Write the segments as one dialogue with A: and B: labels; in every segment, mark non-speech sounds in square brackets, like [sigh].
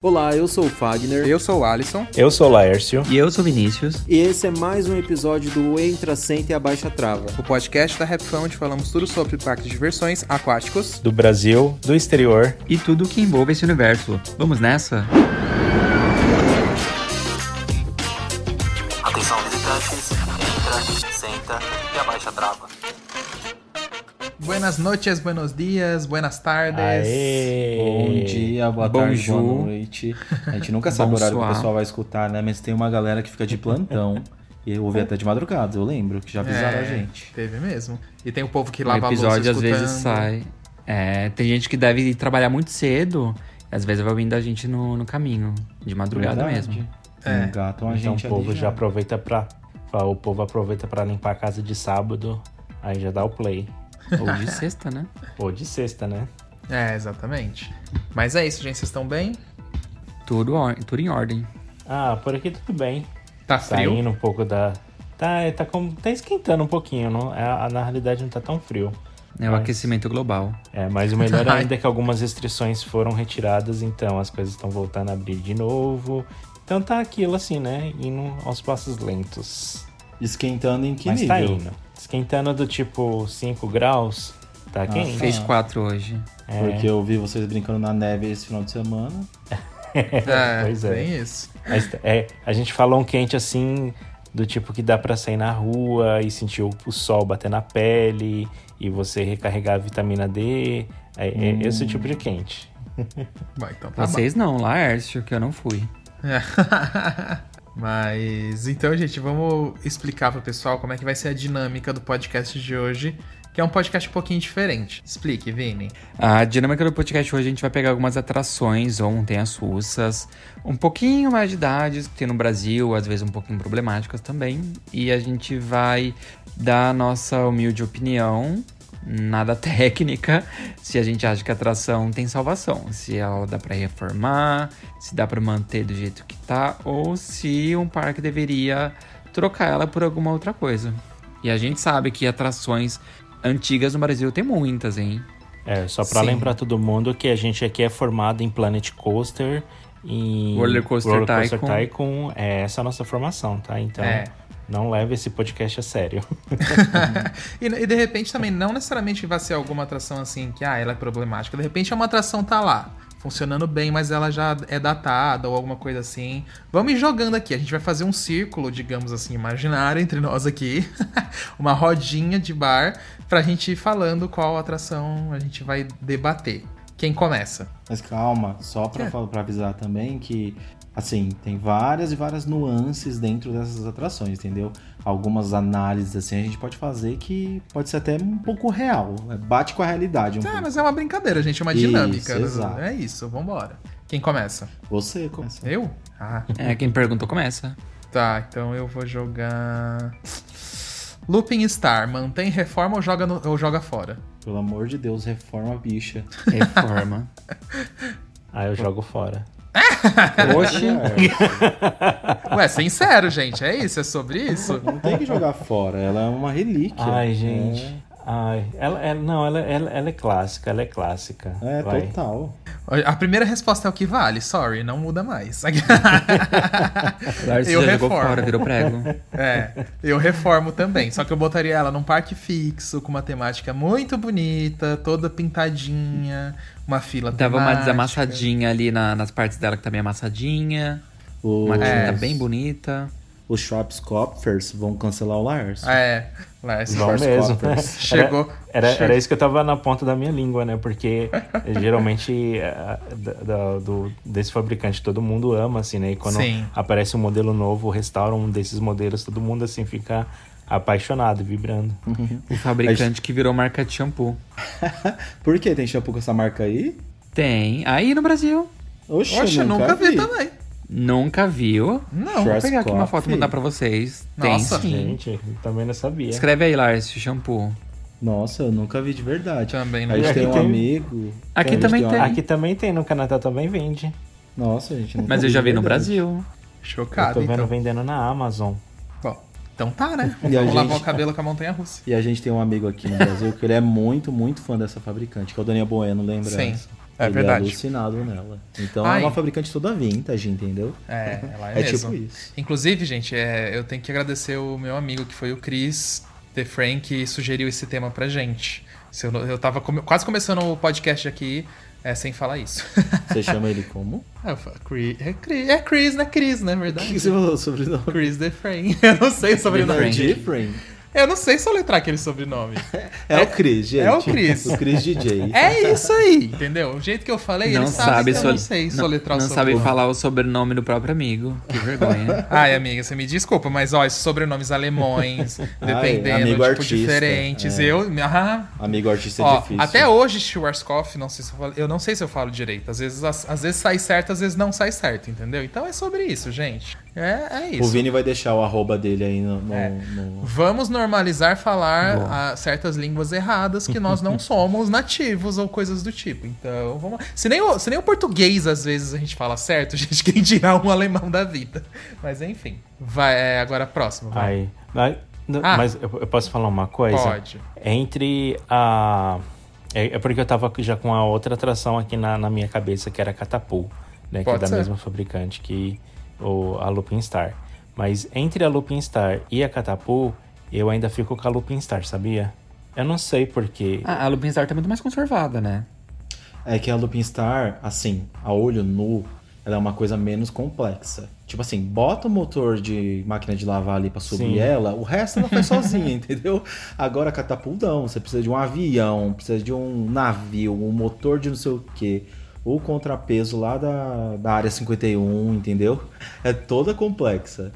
A: Olá, eu sou o Fagner.
B: Eu sou o Alisson.
C: Eu sou o Laércio.
D: E eu sou o Vinícius.
A: E esse é mais um episódio do Entra, Senta e Abaixa Trava.
B: O podcast da RapFam onde falamos tudo sobre parques de diversões aquáticos.
C: Do Brasil, do exterior.
D: E tudo o que envolve esse universo. Vamos nessa?
E: Atenção visitantes, entra, senta e abaixa a trava.
B: Buenas noches, buenos dias, buenas tardes. É,
C: Aê!
F: Bom dia, boa
B: Bom
F: tarde, boa
B: ju.
F: noite. A gente [laughs] nunca sabe o horário que o
B: Bonsoir.
F: pessoal vai escutar, né? Mas tem uma galera que fica de [laughs] plantão e ouve até de madrugada, eu lembro, que já avisaram
B: É,
F: a gente.
B: Teve mesmo. E tem o povo que
D: O
B: lava
D: episódio
B: a
D: às
B: louça escutando.
D: vezes sai. É, tem gente que deve ir trabalhar muito cedo. Às vezes vai ouvindo a gente no, no caminho, de madrugada
F: Verdade.
D: mesmo.
B: É.
F: Engatam a
C: Então
F: gente
C: o povo
F: ali
C: já aproveita pra. ah, O povo aproveita pra limpar a casa de sábado. Aí já dá o play.
B: [laughs]
D: Ou de sexta, né?
C: Ou de sexta, né?
B: É, exatamente. Mas é isso, gente. Vocês estão bem?
D: Tudo, or- tudo em ordem.
C: Ah, por aqui tudo bem.
B: Tá frio?
C: Saindo um pouco da. Tá, tá, com... tá esquentando um pouquinho, não? É, a- na realidade não tá tão frio.
D: É o aquecimento global.
C: É, mas o
B: [laughs]
C: melhor
B: Ai.
C: ainda é que algumas restrições foram retiradas, então as coisas estão voltando a abrir de novo. Então tá aquilo assim, né? Indo aos passos lentos.
F: Esquentando em que
C: mas
F: nível?
C: tá indo. Esquentando do tipo 5 graus, tá quente.
D: Fez quatro hoje.
C: É.
F: Porque eu vi vocês brincando na neve esse final de semana.
B: É,
C: Pois é.
B: Tem isso.
C: Mas, é, a gente falou um quente assim, do tipo que dá pra sair na rua e sentir o, o sol bater na pele e você recarregar a vitamina D. É, é esse tipo de quente.
B: Bom, então tá
D: Vocês não, Laércio, que eu não fui.
B: bom. É. [laughs] Mas então, gente, vamos explicar pro pessoal como é que vai ser a dinâmica do podcast de hoje, que é um podcast um pouquinho diferente. Explique, Vini.
D: A dinâmica do podcast hoje a gente vai pegar algumas atrações ontem as russas, um pouquinho mais de idades que tem no Brasil, às vezes um pouquinho problemáticas também, e a gente vai dar a nossa humilde opinião, nada [laughs] técnica, se a gente acha que a atração tem salvação, se ela dá pra reformar, se dá pra manter do jeito que tá ou se um parque deveria trocar ela por alguma outra coisa. E a gente sabe que atrações antigas no Brasil tem muitas, hein?
C: É, só pra
B: Sim.
C: lembrar todo mundo que a gente aqui é formado em Planet Coaster, em
D: Roller Coaster Tycoon.
C: Tycoon. É essa a nossa formação, tá? Então
B: É.
C: não leve esse podcast a sério.
B: E, e de repente também, não necessariamente vai ser alguma atração assim que, ah, ela é problemática. De repente é uma atração tá lá, funcionando bem, mas ela já é datada ou alguma coisa assim. Vamos ir jogando aqui. A gente vai fazer um círculo, digamos assim, imaginário entre nós aqui. [laughs] uma rodinha de bar pra gente ir falando qual atração a gente vai debater. Quem começa?
F: Mas calma, só
B: É.
F: pra, falar, pra avisar também que, assim, tem várias e várias nuances dentro dessas atrações, entendeu? Algumas análises, assim, a gente pode fazer que pode ser até um pouco real, né? bate com a realidade um
B: Ah,
F: pouco.
B: mas é uma brincadeira, gente, é uma
F: Isso,
B: dinâmica.
F: exato.
B: É isso, vambora. Quem começa?
F: Você começa.
B: Eu? Ah,
D: É, quem perguntou começa.
B: Tá, então eu vou jogar. Looping Star, mantém reforma ou joga, no- ou joga fora?
C: Pelo amor de Deus, reforma a bicha.
D: Reforma.
F: Ah, eu jogo fora.
D: Oxi.
B: Ué, sincero, gente, é isso? É sobre
F: [laughs]
B: isso?
C: Não tem
B: [laughs]
C: que jogar fora, ela é uma relíquia.
F: Ai, gente. Ai, ela, ela- não, ela, ela, ela é clássica, ela é clássica.
C: É,
F: Vai.
C: total.
B: A primeira resposta é o que vale, sorry, não muda mais. [laughs]
D: Claro, você já jogou fora, virou prego.
B: É, eu reformo também. Só que eu botaria ela num parque fixo, com uma temática muito bonita, toda pintadinha, uma fila
D: Dava uma
B: temática.
D: desamassadinha ali na- nas partes dela que tá meio amassadinha.
C: Os,
D: Uma tinta
B: É.
D: bem bonita.
C: os Schwarzkopfers vão cancelar o Lars.
F: Ah,
B: É, Lars.
F: Vão mesmo.
C: Schwarzkopfers.
B: Chegou.
F: Era, era
B: chegou.
F: é isso que eu tava na ponta da minha língua, né? Porque eh, geralmente eh, da- da- do- desse fabricante todo mundo ama, assim, né? E quando
B: Sim.
F: aparece um modelo novo, restauram um desses modelos, todo mundo, assim, fica apaixonado, vibrando.
D: O fabricante que virou marca de shampoo.
C: Por que tem shampoo com essa marca aí?
D: Tem. Aí no Brasil.
C: Oxe, eu
B: Oxe, eu nunca vi também.
D: Nunca viu.
B: Não.
D: Vou pegar aqui uma
C: Schwarzkopf.
D: foto e mandar pra vocês.
B: Nossa.
D: Tem sim.
F: Gente, eu também não sabia.
D: Escreve aí, Lars, shampoo.
C: Nossa, eu nunca vi de verdade.
B: Também não
C: A gente
F: vi.
C: tem um
F: Aqui tem-
C: amigo.
D: Aqui
C: a gente
D: também
C: um-
D: tem.
F: Aqui também tem, no Canadá também vende.
C: Nossa, gente. nunca
D: Mas eu já
C: de
D: vi no
C: verdade.
D: Brasil.
F: eu tô
B: Chocado,
F: vendo
B: então.
F: vendendo na Amazon.
B: Bom, então tá, né?
C: E a
B: Vamos
C: gente-
B: lavar o cabelo com a montanha russa.
C: E a gente tem um amigo aqui no Brasil que ele é muito, muito fã dessa fabricante, que é o Daniel Bueno, lembra?
B: Sim, é
C: [laughs] ele
B: verdade.
C: é alucinado nela. Então
B: Ai.
C: é uma fabricante toda vintage, entendeu?
B: É, ela é,
C: É,
B: mesmo.
C: tipo isso.
B: Inclusive, gente, é, eu tenho que agradecer o meu amigo que foi o Chris The Frank que sugeriu esse tema pra gente. Se Eu, não- eu tava come- quase começando o podcast aqui é, sem falar isso. [laughs]
C: Você chama ele como?
B: Ah, eu falo, Chris, é, Chris, é Chris, né? Chris, na
C: O que
B: verdade.
C: que você falou sobre o nome?
B: Chris The Frank. [laughs] Eu não sei o sobrenome.
D: Frank.
B: dele.
C: Different?
B: Eu não sei soletrar aquele sobrenome.
C: É, o Chris, gente.
B: é o Chris.
C: O Chris
B: [laughs]
C: DJ.
B: É isso aí, entendeu? O jeito que eu falei,
D: não
B: ele sabe,
D: sabe,
B: que eu
D: sol-
B: não sei
D: não,
B: soletrar o
D: não
B: sobrenome.
D: sabe falar o sobrenome do próprio amigo. Que
B: [laughs]
D: vergonha.
B: Ai, amiga, você me desculpa, mas ó, esses sobrenomes
C: [laughs]
B: alemães, dependendo,
C: amigo
B: tipo,
C: artista,
B: diferentes.
C: é.
B: Eu. Ah,
C: Amigo artista é
B: ó,
C: difícil.
B: até hoje, Schwarzkopf, não sei se eu, falo, eu não sei se eu falo direito. Às vezes, às, às vezes sai certo, às vezes não sai certo, entendeu? Então é sobre isso, gente. É, é
C: O
B: isso.
C: Vini vai deixar o arroba dele aí no. no-
B: É.
C: no-
B: Vamos normalizar falar ah, certas línguas erradas que nós
C: [laughs]
B: não somos nativos ou coisas do tipo. Então, vamos. Se nem, o, se nem o português às vezes a gente fala certo, [laughs] gente, quem dirá um alemão da vida. Mas enfim. Vai, é, agora a próxima. vai.
F: Aí. Mas,
B: Ah.
F: mas eu eu posso falar uma coisa?
B: Pode.
F: Entre a. É é porque eu tava já com a outra atração aqui na, na minha cabeça, que era a Catapult, né? que
B: Pode
F: é da
B: ser.
F: mesma fabricante que o, a Lupin Star. Mas entre a Lupin Star e a Catapult, eu ainda fico com a Lupin Star, sabia? Eu não sei porquê.
D: Ah, a Lupin Star tá muito mais conservada, né?
C: É que a Lupin Star, assim, a olho nu, ela é uma coisa menos complexa. Tipo assim, bota o motor de máquina de lavar ali pra subir
F: Sim.
C: ela, o resto ela faz sozinha, [laughs] entendeu? Agora catapultão, você precisa de um avião, precisa de um navio, um motor de não sei o quê, o contrapeso lá da, da área 51, entendeu? É toda complexa.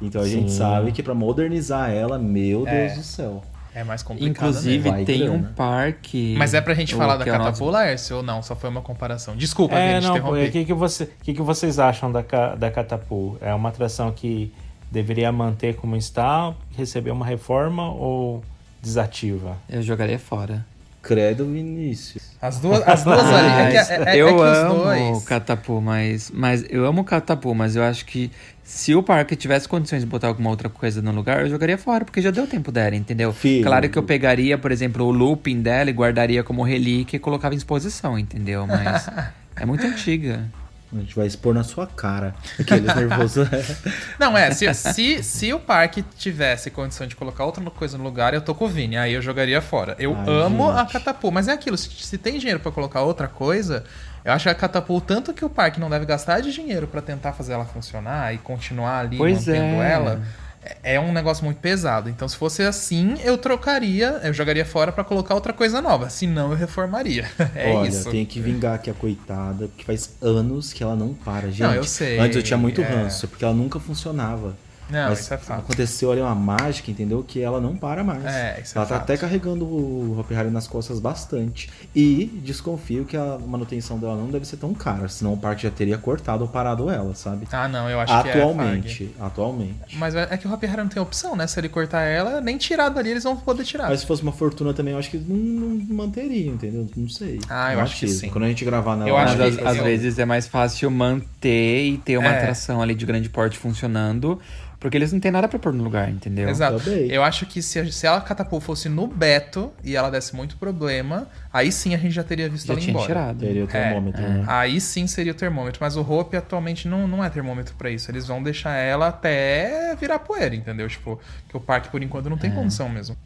C: Então a gente
F: Sim.
C: sabe que pra modernizar ela, meu Deus do céu.
B: É mais complicado.
D: Inclusive,
C: né? Vai
D: tem
C: criando.
D: um parque.
B: Mas é pra gente
D: o
B: falar da
D: que é o nosso-
B: catapula, Laércio, ou não? Só foi uma comparação. Desculpa,
F: É,
B: Vini,
F: não, o
B: interromper.
F: que, que, você, que, que vocês acham da, ca- da Catapult? É uma atração que deveria manter como está, receber uma reforma ou desativa?
D: Eu jogaria fora.
C: Credo, Vinícius.
B: As duas,
D: [laughs]
B: as duas ali. É que, é- é- é
D: eu
B: que os
D: amo o
B: dois.
D: Catapu, mas, mas eu amo o Catapu, mas eu acho que se o parque tivesse condições de botar alguma outra coisa no lugar, eu jogaria fora, porque já deu tempo dela, entendeu?
C: Filho.
D: Claro que eu pegaria, por exemplo, o looping dela e guardaria como relíquia e colocava em exposição, entendeu? Mas é muito antiga.
C: A gente vai expor na sua cara aqueles nervosos.
F: [laughs]
B: Não, é, se, se, se o parque tivesse condição de colocar outra coisa no lugar, eu tô com o Vini, aí eu jogaria fora. Eu
C: Ai,
B: amo a
C: gente.
B: Catapu, mas é aquilo, se, se tem dinheiro pra colocar outra coisa, eu acho que a Catapu, tanto que o parque não deve gastar de dinheiro pra tentar fazer ela funcionar e continuar ali
D: Pois
B: mantendo
D: é.
B: ela, é- é um negócio muito pesado. Então, se fosse assim, eu trocaria, eu jogaria fora pra colocar outra coisa nova, senão eu reformaria. [laughs] É
C: Olha,
B: isso.
C: tenho que vingar aqui a coitada, porque faz anos que ela não para, gente.
B: eu sei,
C: Antes eu tinha muito
B: é.
C: ranço, porque ela nunca funcionava.
B: Não,
F: Mas
B: isso é fato.
F: Aconteceu ali uma mágica, entendeu? Que ela não para mais.
B: É, isso é
F: ela tá
B: fato.
F: até carregando o Hopi Hari nas costas bastante. E desconfio que a manutenção dela não deve ser tão cara, senão o parque já teria cortado ou parado ela, sabe?
B: Ah, não, eu acho que é,
F: atualmente, que Atualmente.
B: Mas é que o Hopi Hari não tem opção, né? Se ele cortar ela, nem tirar dali eles vão poder tirar.
F: Mas se fosse uma fortuna também, eu acho que não, não manteria, entendeu? Não sei.
B: Ah, eu acho que
F: Machismo.
B: sim.
F: Quando a gente gravar na
B: Eu
F: live,
B: acho
D: Mas,
B: que-
D: às, às
B: eu-
D: vezes é mais fácil manter e ter uma
B: É.
D: atração ali de grande porte funcionando, porque eles não têm nada pra pôr no lugar, entendeu?
B: Exato.
F: também.
B: Eu acho que se, a- se ela catapult fosse no Beto e ela desse muito problema, aí sim a gente já teria visto
D: Já
B: ela
D: tinha
B: embora. É.
D: tirado.
F: teria o termômetro, né?
B: Aí sim seria o termômetro, mas o Hope atualmente não, não é termômetro pra isso. Eles vão deixar ela até virar poeira, entendeu? Tipo, que o parque por enquanto não tem
D: É.
B: condição mesmo.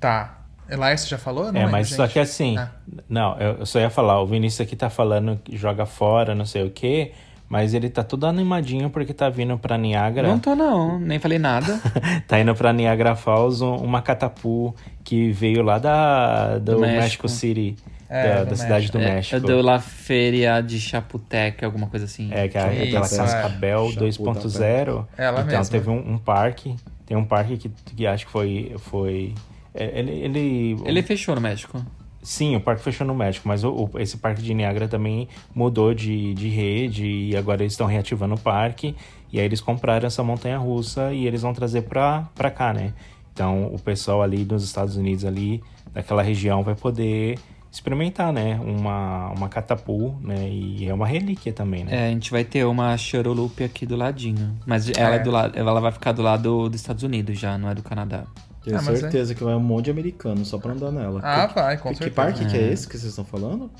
B: Tá. Elias, você já falou? Não
C: É,
B: lembro,
C: mas
B: gente.
C: só que assim.
B: Ah.
C: Não, eu, eu só ia falar, o Vinícius aqui tá falando que joga fora, não sei o quê, mas ele tá todo animadinho porque tá vindo pra Niagara.
D: Não tô, não, nem
F: [laughs]
D: falei nada.
C: Tá indo pra Niagara Falls um- uma catapu que veio lá da, do,
D: Do
C: México.
D: México.
C: City,
B: É,
C: da,
B: do
C: da cidade do
D: É,
C: México.
D: Eu dou lá feria de chaputeca, alguma coisa assim.
C: É, que é
B: Isso,
C: aquela
B: é.
C: Cascavel
F: Chaputa
C: 2.0.
B: Ela
C: então
B: mesma.
C: teve um, um parque, tem um parque que, que acho que foi... foi é, ele, ele,
D: Ele fechou no México.
C: Sim, o parque fechou no México, mas o, o- esse parque de Niagara também mudou de, de rede e agora eles estão reativando o parque. E aí eles compraram essa montanha russa e eles vão trazer pra, pra cá, né? Então o pessoal ali dos Estados Unidos, ali daquela região, vai poder experimentar, né? Uma, uma catapu, né? E é uma relíquia também, né?
D: É, a gente vai ter uma Chorolupe aqui do ladinho. Mas ela, é.
B: É.
D: do lado, ela vai ficar do lado dos Estados Unidos já, não é do Canadá.
F: Tenho
B: Ah, mas é-
F: certeza que vai um monte de americano só pra andar nela.
B: Ah,
F: que,
B: vai, com
F: que
B: certeza.
F: parque que é esse que vocês estão falando?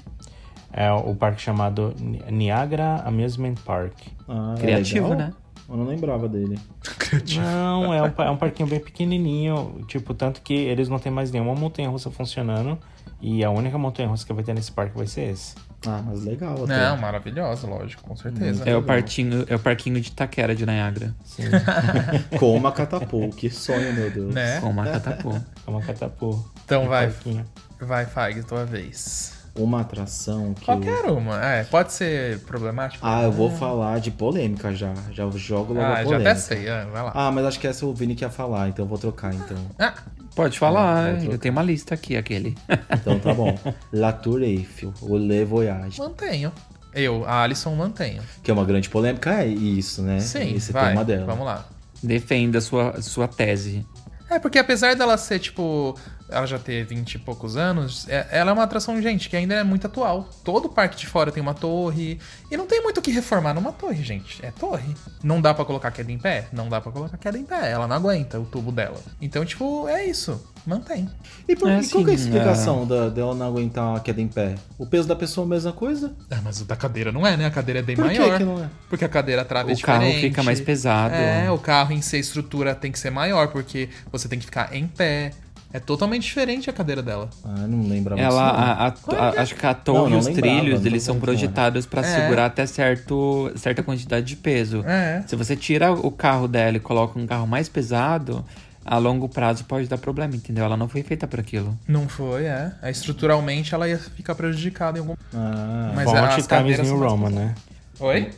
C: É, o parque chamado Ni- Niagara Amusement Park.
F: Ah, é
D: Criativo,
F: legal?
D: né?
F: Eu não lembrava dele.
C: Não, é um, pa- é um parquinho bem pequenininho. Tipo, tanto que eles não tem mais nenhuma montanha-russa funcionando. E a única montanha-russa que vai ter nesse parque vai ser esse.
F: Ah, mas legal. até.
B: Não, maravilhosa, lógico, com certeza.
D: É o, partinho, é o parquinho de Taquera de Niagara.
F: Com uma catapulta. Que sonho, meu Deus.
B: Né?
D: Com uma [laughs] catapô.
C: É uma catapu.
B: Então
C: Um
B: vai,
C: parquinho.
B: vai, Fag, tua vez.
F: Uma atração que. eu-
B: Qualquer uma. É, pode ser problemático.
F: Ah, eu vou falar de polêmica já. Já jogo logo a
B: Ah, já
F: polêmica.
B: até sei, ah, vai lá.
F: Ah, mas acho que essa o Vini que ia falar, então eu vou trocar então.
B: Ah,
D: Pode falar, eu tenho uma lista aqui, aquele. [laughs]
F: Então tá bom. La Tour Eiffel, o Le Voyage,
B: mantenho. Eu, a Alisson, mantenho.
F: que é uma grande polêmica, é isso, né?
B: Sim,
F: Esse
B: vai,
F: tema dela.
B: vamos lá.
D: Defenda sua, sua tese.
B: É, porque apesar dela ser, tipo, ela já ter 20 e poucos anos, é- ela é uma atração, gente, que ainda é muito atual. Todo parque de fora tem uma torre. E não tem muito o que reformar numa torre, gente. É torre. Não dá pra colocar queda em pé? Não dá pra colocar queda em pé. Ela não aguenta o tubo dela. Então, tipo, é isso. Mantém.
F: E, por,
D: É
F: e qual que é a
D: assim,
F: explicação da- dela não aguentar a queda em pé? O peso da pessoa é a mesma coisa?
B: Ah, mas o da cadeira não é, né? A cadeira é bem
F: Por que
B: maior.
F: que não é?
B: Porque a cadeira trava é
D: o carro
B: diferente.
D: fica mais pesado.
B: É, o carro em si, a estrutura tem que ser maior, porque você tem que ficar em pé. É totalmente diferente a cadeira dela.
F: Ah, não lembrava
D: Ela,
F: disso, não.
D: a, a- a- acho que a torre
F: Não, não
D: e os
F: lembrava,
D: trilhos,
F: não
D: eles são
F: sei como era.
D: projetados pra
B: É.
D: segurar até certo, certa quantidade de peso.
B: É.
D: Se você tira o carro dela e coloca um carro mais pesado, a longo prazo pode dar problema, entendeu? Ela não foi feita para aquilo.
B: Não foi, é. Aí, Estruturalmente ela ia ficar prejudicada em algum.
F: Ah,
B: Mas
C: Fonte
B: as
D: tá
C: Times
B: cadeiras
C: New
B: são mais
C: Roman, né?
B: Oi?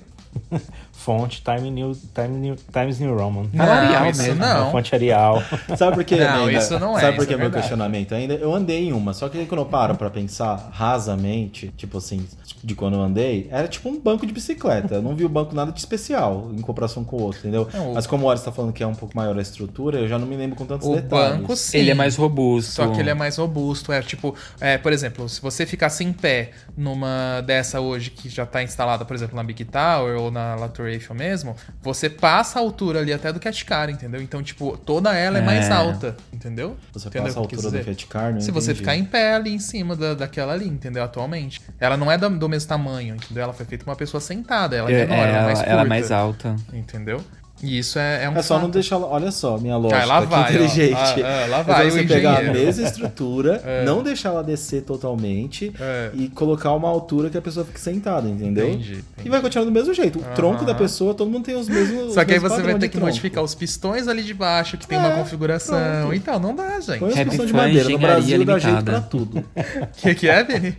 C: Fonte Time New, Time New, Times New Roman.
D: Não, Arial
B: isso
D: mesmo.
C: A
B: não.
C: fonte Arial.
F: Sabe por que?
B: [laughs] Não,
F: ainda-
B: isso não é,
F: Sabe por
B: isso
F: que
B: é
F: meu
B: verdade.
F: questionamento ainda? Eu andei em uma, só que aí quando eu paro pra pensar rasamente, tipo assim, de quando eu andei, era tipo um [laughs] banco de bicicleta. Eu não vi o banco nada de especial em comparação com o outro, entendeu?
B: Não, o-
F: Mas como o Horace tá falando que é um pouco maior a estrutura, eu já não me lembro com tantos
B: O
F: detalhes.
B: banco sim.
D: Ele é mais robusto.
B: Só que ele é mais robusto. É tipo, é, por exemplo, se você ficasse em pé numa dessa hoje que já tá instalada, por exemplo, na Big Tower ou na La Tour Eiffel mesmo, você passa a altura ali até do Cat Car, entendeu? Então, tipo, toda ela é, mais
D: É.
B: alta, entendeu?
F: Você
B: Entendeu
F: passa a
B: o que eu quis
F: altura do
B: dizer?
F: Fiat Car, não
B: Se você
F: entendi.
B: ficar em pé ali em cima da, daquela ali, entendeu? Atualmente. Ela não é do, do mesmo tamanho, entendeu? Ela foi feita pra uma pessoa sentada, ela é,
D: É,
B: menor, ela é
D: ela,
B: mais
D: ela
B: curta.
D: é mais alta.
B: Entendeu? E isso é, é um
F: É só não
B: fato.
F: deixar. Olha só, minha lógica.
B: Ah, lá vai, ó.
F: que inteligente.
B: Ah, ah, lá
F: É só
B: vai o
F: você pegar a
B: engenheiro.
F: mesma
B: [laughs]
F: estrutura, não deixar ela descer totalmente
B: É.
F: e colocar uma altura que a pessoa fique sentada, entendeu?
B: Entendi, entendi.
F: E vai continuar do mesmo jeito. O tronco
B: Aham.
F: da pessoa, todo mundo tem os mesmos.
B: Só
F: os
B: que aí
F: mesmos
B: você vai
F: padrões
B: ter
F: de
B: que
F: tronco.
B: modificar os pistões ali de baixo, que tem
F: É,
B: uma configuração.
F: pronto.
B: Então, não dá,
F: Põe
B: [laughs] gente.
F: as
D: Happy
F: pessoas de
D: Fun
F: madeira. No
D: Engenharia
F: Brasil dá jeito
D: Limitada.
F: [laughs] pra tudo.
B: O que, que é, Vini?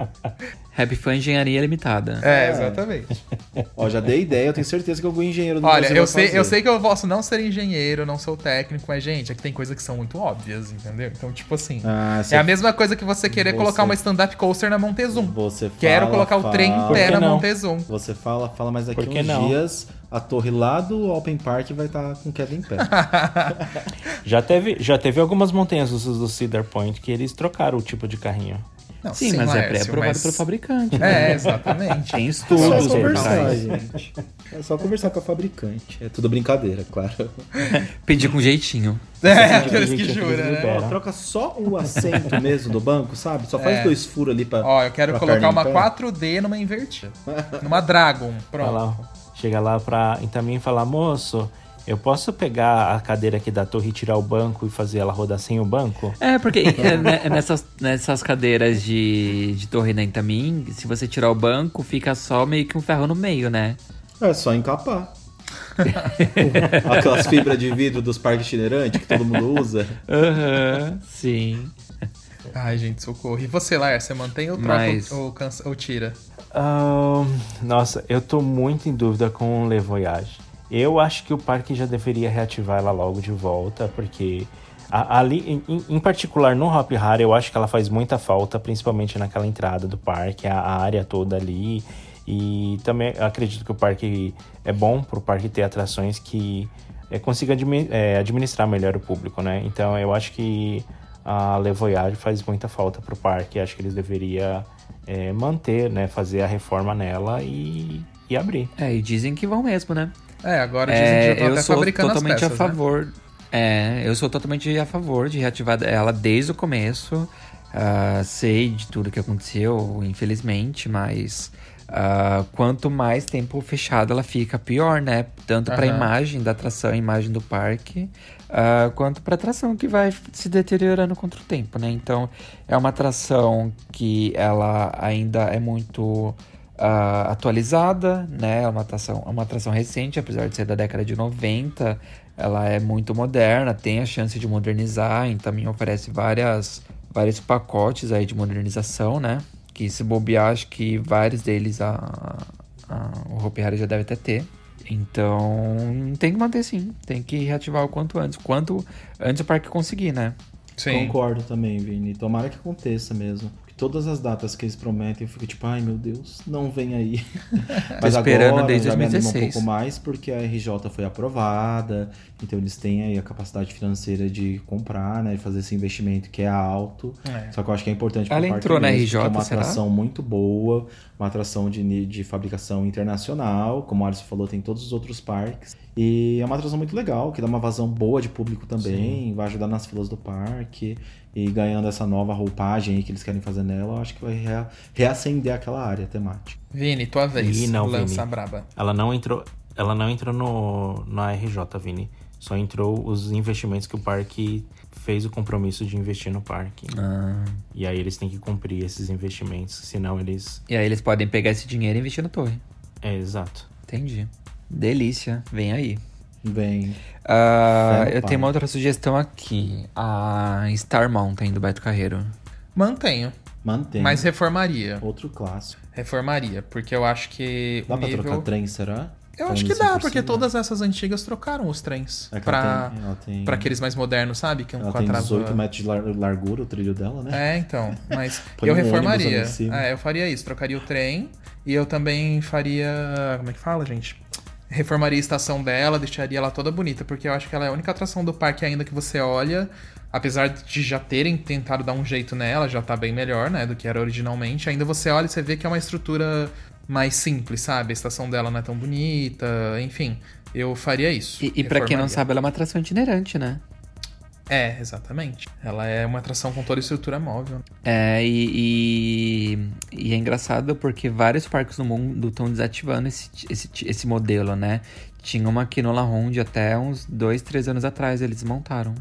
D: Happy Fan Engenharia Limitada.
B: É, exatamente.
F: Ó, já dei ideia, eu tenho certeza que algum engenheiro do
B: Olha,
F: Brasil
B: eu
F: vai
B: sei, eu
F: fazer.
B: sei que eu posso não ser engenheiro, não sou técnico, mas, gente, é que tem coisas que são muito óbvias, entendeu? Então, tipo assim,
F: Ah,
B: é a mesma coisa que você querer
F: Você-
B: colocar uma stand-up coaster na Montezum.
F: Você
B: Quero
F: fala,
B: colocar o trem
F: fala.
B: inteiro
C: Por que
B: na
C: não?
B: Montezum.
F: Você fala, fala, mas daqui
C: Por que
F: uns
C: não?
F: dias a torre lá do Open Park vai estar com queda em pé.
C: Já teve, já teve algumas montanhas russas do Cedar Point que eles trocaram o tipo de carrinho.
B: Não,
D: Sim, mas é
B: Laércio,
D: pré-aprovado
B: mas-
D: pelo fabricante.
B: [laughs]
D: né?
B: É, exatamente.
D: [laughs] Tem
F: É
D: estudos
F: só
D: por
F: conversar,
D: trás.
F: gente. É só conversar com a fabricante. É tudo brincadeira, claro.
D: Pedir com jeitinho.
B: É, aqueles que
C: Gente, aqueles
B: juram, né?
C: liberam.
F: Ó, É, troca só o assento mesmo do banco, sabe? Só faz
B: É.
F: dois furos ali pra.
B: Ó, eu quero
F: pra
B: colocar
F: perna
B: uma
F: em pé.
B: 4D numa invertida. Numa Dragon,
C: Vai
B: pronto.
C: lá, chega lá pra, em mim e falar, moço, eu posso pegar a cadeira aqui da torre e tirar o banco e fazer ela rodar sem o banco?
D: É, porque é, né, é nessas, nessas cadeiras de, de torre da Intamin, se você tirar o banco, fica só meio que um ferro no meio, né?
F: É só [laughs] encapar. Aquelas fibras de vidro dos parques itinerantes que todo mundo usa.
D: Aham, sim.
B: Ai, gente, socorro. E você, Laércio, você mantém ou troca
D: Mas-
B: ou, ou cansa- ou tira?
C: Ahn, nossa, eu tô muito em dúvida com o Le Voyage. Eu acho que o parque já deveria reativar ela logo de volta, porque a- ali, em- em, em particular no Hop Hari, eu acho que ela faz muita falta, principalmente naquela entrada do parque, a, a área toda ali. E também eu acredito que o parque é bom pro parque ter atrações que é, consiga admi- é, administrar melhor o público, né? Então eu acho que a Le Voyage faz muita falta pro parque. Acho que eles deveriam é, manter, né? Fazer a reforma nela e, e abrir.
D: É, e dizem que vão mesmo, né?
B: É, agora dizem que já
D: É,
B: estão
D: eu
B: até
D: sou
B: fabricando
D: totalmente
B: as peças,
D: a
B: né?
D: favor. É, eu sou totalmente a favor de reativar ela desde o começo. Ah, sei de tudo que aconteceu, infelizmente, mas ah, quanto mais tempo fechada ela fica, pior, né? Tanto para a
B: Aham.
D: imagem da atração, a imagem do parque, ah, quanto para a atração que vai se deteriorando contra o tempo, né? Então, é uma atração que ela ainda é muito ah, atualizada, né? É uma atração, é uma atração recente, apesar de ser da década de 90, ela é muito moderna, tem a chance de modernizar, e também oferece várias, vários pacotes aí de modernização, né? Que se bobear, acho que vários deles a, a- o Hopi Hari já deve até ter. Então, tem que manter sim, tem que reativar o quanto antes, quanto antes o parque conseguir, né?
B: Sim.
F: Concordo também, Vini. Tomara que aconteça mesmo. Que todas as datas que eles prometem, eu fico tipo, ai meu Deus, não vem
D: [laughs]
F: aí. Mas
D: esperando
F: agora
D: desde
F: já me anima um
D: 2016.
F: pouco mais, porque a RJ foi aprovada, então eles têm aí a capacidade financeira de comprar, né? E fazer esse investimento que é alto.
B: É.
F: Só que eu acho que é importante pro
D: Ela
F: parque
D: entrou na
F: mesmo,
D: RJ,
F: porque É uma
D: será?
F: atração muito boa, uma atração de, ni- de fabricação internacional, como o Alisson falou, tem todos os outros parques. E é uma atração muito legal, que dá uma vazão boa de público também, vai ajudar nas filas do parque. E ganhando essa nova roupagem aí que eles querem fazer nela, eu acho que vai rea- reacender aquela área temática.
B: Vini, tua vez.
C: Ih, não,
B: Lança
C: Vini.
B: a braba.
C: Ela não entrou, ela não entrou no, na RJ, Vini. Só entrou os investimentos que o parque fez o compromisso de investir no parque.
F: Ah.
C: E aí eles têm que cumprir esses investimentos, senão eles.
D: E aí eles podem pegar esse dinheiro e investir na torre.
C: É, exato.
D: Entendi. Delícia, vem aí.
F: Bem,
D: Ah,
F: Fé no
D: eu
F: pai.
D: tenho uma outra sugestão aqui. A Star Mountain do Beto Carreiro.
B: Mantenho,
F: mantém.
B: mas reformaria.
F: Outro clássico.
B: Reformaria, porque eu acho que
F: Dá
B: o
F: pra
B: nível...
F: trocar trem, será?
B: Eu
F: Falando
B: acho que
F: assim
B: dá,
F: por
B: porque
F: cima.
B: todas essas antigas trocaram os trens
F: É que ela
B: pra,
F: tem- ela tem-
B: pra aqueles mais modernos, sabe? Que é um
F: Ela
B: com
F: tem
B: a trava-
F: 18 metros de lar- largura, o trilho dela, né?
B: É, então. Mas
F: [laughs] Põe
B: eu
F: um ônibus ali
B: reformaria.
F: em cima.
B: É, eu faria isso. Trocaria o trem e eu também faria. Como é que fala, gente? Reformaria a estação dela, deixaria ela toda bonita, porque eu acho que ela é a única atração do parque ainda que você olha. Apesar de já terem tentado dar um jeito nela, já tá bem melhor, né, do que era originalmente. Ainda você olha e você vê que é uma estrutura mais simples, sabe? A estação dela não é tão bonita, enfim. Eu faria isso.
D: E, e pra quem não
B: Reformaria.
D: sabe, ela é uma atração itinerante, né?
B: É, exatamente. Ela é uma atração com toda estrutura móvel.
D: É, e, e- e é engraçado porque vários parques no mundo estão desativando esse, esse, esse modelo, né? Tinha uma aqui no La Ronde até uns dois, três anos atrás, eles montaram.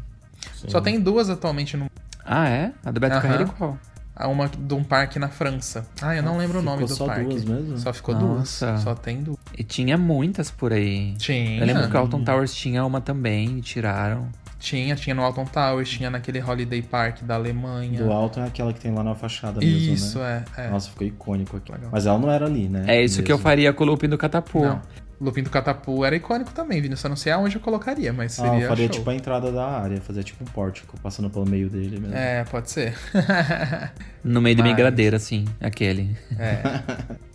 B: Só tem duas atualmente no
D: Ah, é? A do Beto
B: Aham.
D: Carreiro e qual?
B: a uma de um parque na França. Ah, eu não lembro o nome
F: Ficou
B: do
F: só
B: parque.
F: duas mesmo?
B: Só ficou
D: Nossa.
B: duas. Só tem duas.
D: E tinha muitas por aí.
B: Tinha. Uhum.
D: Eu lembro que o Alton Towers tinha uma também, e tiraram.
B: Tinha, tinha no Alton Towers, tinha naquele Holiday Park da Alemanha.
F: Do Alton é aquela que tem lá na fachada mesmo,
B: Isso,
F: né?
B: é, é.
F: Nossa, ficou icônico aqui. Mas ela não era ali, né?
D: É isso que eu
F: Mesmo.
D: faria com o looping do Catapu.
B: Não. O Lupin do Catapu era icônico também, Vinícius. Eu não sei aonde eu colocaria, mas
F: Ah,
B: seria
F: eu faria
B: show.
F: tipo a entrada da área, fazia tipo um pórtico, passando pelo meio dele mesmo.
B: É, pode ser. [laughs]
D: No meio da minha
B: Mas-
D: gradeira, assim, aquele.
B: É.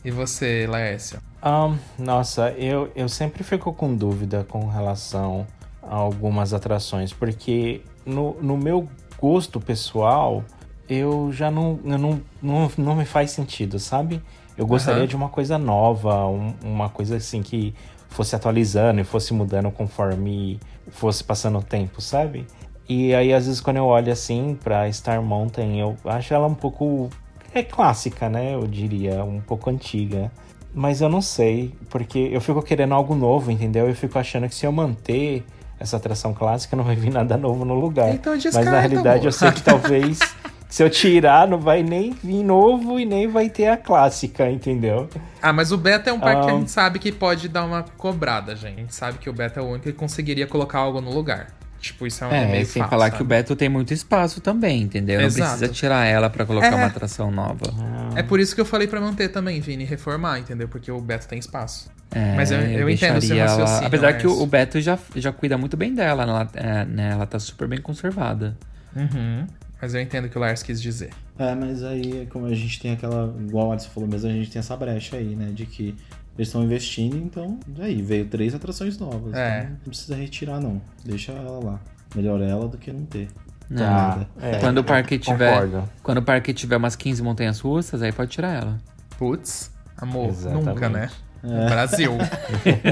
B: E você, Laércio?
C: Ahn, nossa, eu, eu sempre fico com dúvida com relação a algumas atrações, porque no, no meu gosto pessoal, eu já não, eu não, não, não me faz sentido, sabe? Eu gostaria
B: Aham.
C: de uma coisa nova, um- uma coisa assim que fosse atualizando e fosse mudando conforme fosse passando o tempo, sabe? E aí, às vezes, quando eu olho assim pra Star Mountain, eu acho ela um pouco. É clássica, né? Eu diria, um pouco antiga. Mas eu não sei, porque eu fico querendo algo novo, entendeu? Eu fico achando que se eu manter essa atração clássica, não vai vir nada novo no lugar.
B: Então
C: Mas
B: descarta,
C: na realidade,
B: amor. [laughs]
C: eu sei que talvez [laughs] se eu tirar, não vai nem vir novo e nem vai ter a clássica, entendeu?
B: Ah, mas o Beta é um parque que a
C: Ah.
B: gente sabe que pode dar uma cobrada, gente. A gente sabe que o Beta é o único que conseguiria colocar algo no lugar. Tipo, isso é um é,
D: É,
B: meio
D: sem
B: fácil,
D: falar
B: sabe?
D: que o Beto tem muito espaço também, entendeu? Não
B: Exato.
D: precisa tirar ela pra colocar
B: É.
D: uma atração nova.
B: É por isso que eu falei pra manter também, Vini, reformar, entendeu? Porque o Beto tem espaço.
D: É,
B: Mas eu- eu entendo o seu
D: deixaria ela-
B: raciocínio,
D: Apesar que o,
B: Laércio.
D: o Beto já, já cuida muito bem dela, ela, é, né, ela tá super bem conservada.
B: Uhum. Mas eu entendo o que o Lars quis dizer.
F: É, mas aí, como a gente tem aquela. Igual o Alisson falou mesmo, a gente tem essa brecha aí, né? De que eles estão investindo, então. Aí, veio três atrações novas.
B: É.
F: então não precisa retirar, não. Deixa ela lá. Melhor ela do que não ter.
D: Não.
F: Nada.
C: É,
D: né? quando o
C: eu
D: parque tiver,
C: concordo.
D: quando o parque tiver umas 15 montanhas russas, aí pode tirar ela.
B: Putz, amor,
C: Exatamente.
B: nunca, né?
F: É.
B: Brasil.
F: [laughs]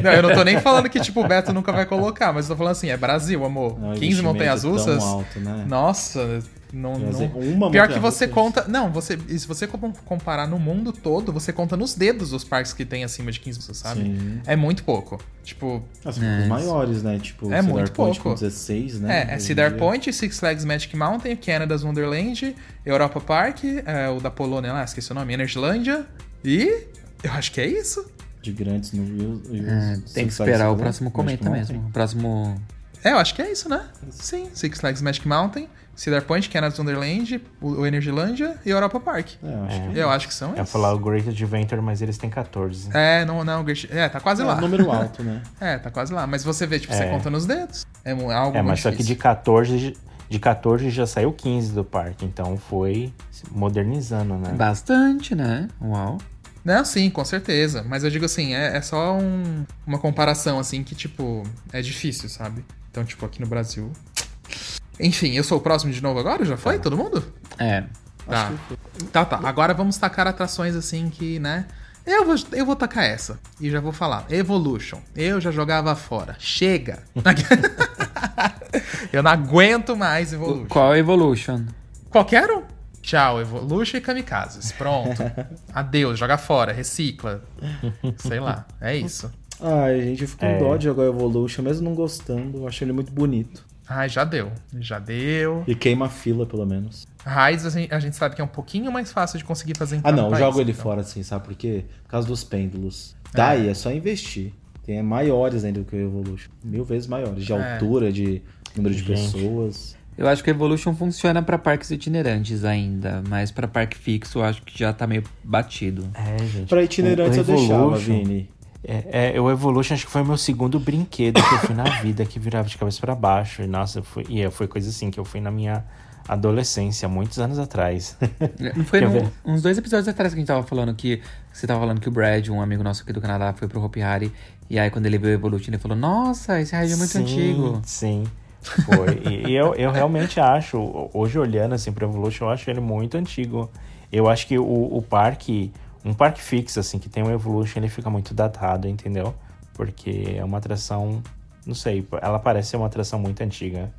B: não, eu não tô nem falando que, tipo, o Beto nunca vai colocar, mas eu tô falando assim, é Brasil, amor.
F: Não, o
B: 15 montanhas
F: investimento é
B: russas?
F: tão alto, né?
B: Nossa, não.
F: Quer
B: não-
F: dizer, uma é
B: Pior
F: montanha
B: que você
F: russa,
B: conta. Não, você. e Se você com- comparar no mundo todo, você conta nos dedos os parques que tem acima de 15 pessoas, sabe?
F: Sim.
B: É muito pouco. Tipo,
F: As os maiores, né? Tipo,
B: É
F: Cedar
B: muito
F: Point com
B: pouco.
F: 16, né?
B: é, é
F: Hoje em
B: Cedar
F: dia.
B: Point, Six Flags Magic Mountain, Canada's Wonderland, Europa Park, é, o da Polônia lá, esqueci o nome, Energylândia. E eu acho que é isso.
F: De grandes no e os- né?
D: É,
F: Six
D: tem que
F: Flags
D: esperar o
F: Flags,
D: próximo
F: Magic
D: cometa
F: Mountain.
D: mesmo. O próximo.
B: É, eu acho que é isso, né? Sim, Six Flags Magic Mountain, Cedar Point, Canada's Wonderland, o o Energylândia e Europa Park.
F: É, eu acho que
B: Eu acho que são
C: Eu ia
B: esses.
C: falar o Great Adventure, mas eles têm 14.
B: É, não, não, Gersh- é, tá quase
F: é
B: lá.
F: um número alto, [laughs] né?
B: É, tá quase lá. Mas você vê, tipo,
C: É.
B: você conta nos dedos. É mu- algo
C: É,
B: muito
C: mas só que de
B: difícil.
C: 14, de 14 já saiu 15 do parque, então foi se modernizando, né?
D: Bastante, né? Uau.
B: Não, sim, com certeza. Mas eu digo assim, é, é só um- uma comparação, assim, que, tipo, é difícil, sabe? Então, tipo, aqui no Brasil... Enfim, eu sou o próximo de novo agora? Já foi? Todo mundo?
D: É.
B: Tá. Tá, tá. Agora vamos tacar atrações assim que, né? Eu vou, eu vou tacar essa. E já vou falar. Evolution. Eu já jogava fora. Chega! eu não aguento mais Evolution.
D: Qual é a Evolution?
B: Qualquer um. Tchau, Evolution e Kamikazes.
D: [laughs]
B: Pronto. Adeus, joga fora, recicla. Sei lá, é isso.
F: Ai, Ah, gente, eu fico com
C: É.
F: dó de jogar Evolution, mesmo não gostando, eu acho ele muito bonito.
B: Ai, já deu. Já deu.
F: E queima a fila, pelo menos.
B: Raiz, a gente- a gente sabe que é um pouquinho mais fácil de conseguir fazer em
F: Ah,
B: cada
F: não, eu
B: país,
F: jogo ele
B: então.
F: fora, assim, sabe por quê? Por causa dos pêndulos. Daí é só investir. Tem maiores ainda do que o Evolution. Mil vezes maiores. De
B: É.
F: altura, de número de
C: Gente.
F: pessoas.
D: Eu acho que a Evolution funciona pra parques itinerantes ainda, mas pra parque fixo eu acho que já tá meio batido.
C: É, gente.
F: Pra itinerantes
C: O-
F: eu
C: o
F: deixava,
C: Evolution-
F: Vini.
C: É, é, o Evolution acho que foi meu segundo brinquedo que eu fui na vida, que virava de cabeça pra baixo. E, nossa, eu fui- e é, foi coisa assim que eu fui na minha adolescência, muitos anos
D: [laughs]
C: atrás.
D: É, Não foi
C: Quer
D: num-
C: ver?
D: uns dois episódios atrás que a gente tava falando que você tava falando que o Brad, um amigo nosso aqui do Canadá, foi pro Hopi Hari e aí quando ele viu o Evolution ele falou: "Nossa, esse ride é muito
C: Sim,
D: antigo".
C: Sim, foi. E, e eu, eu realmente acho, hoje olhando assim pro Evolution, eu acho ele muito antigo. Eu acho que o, o parque, um parque fixo, assim, que tem o Evolution, ele fica muito datado, entendeu? Porque é uma atração, não sei, ela parece ser uma atração muito antiga.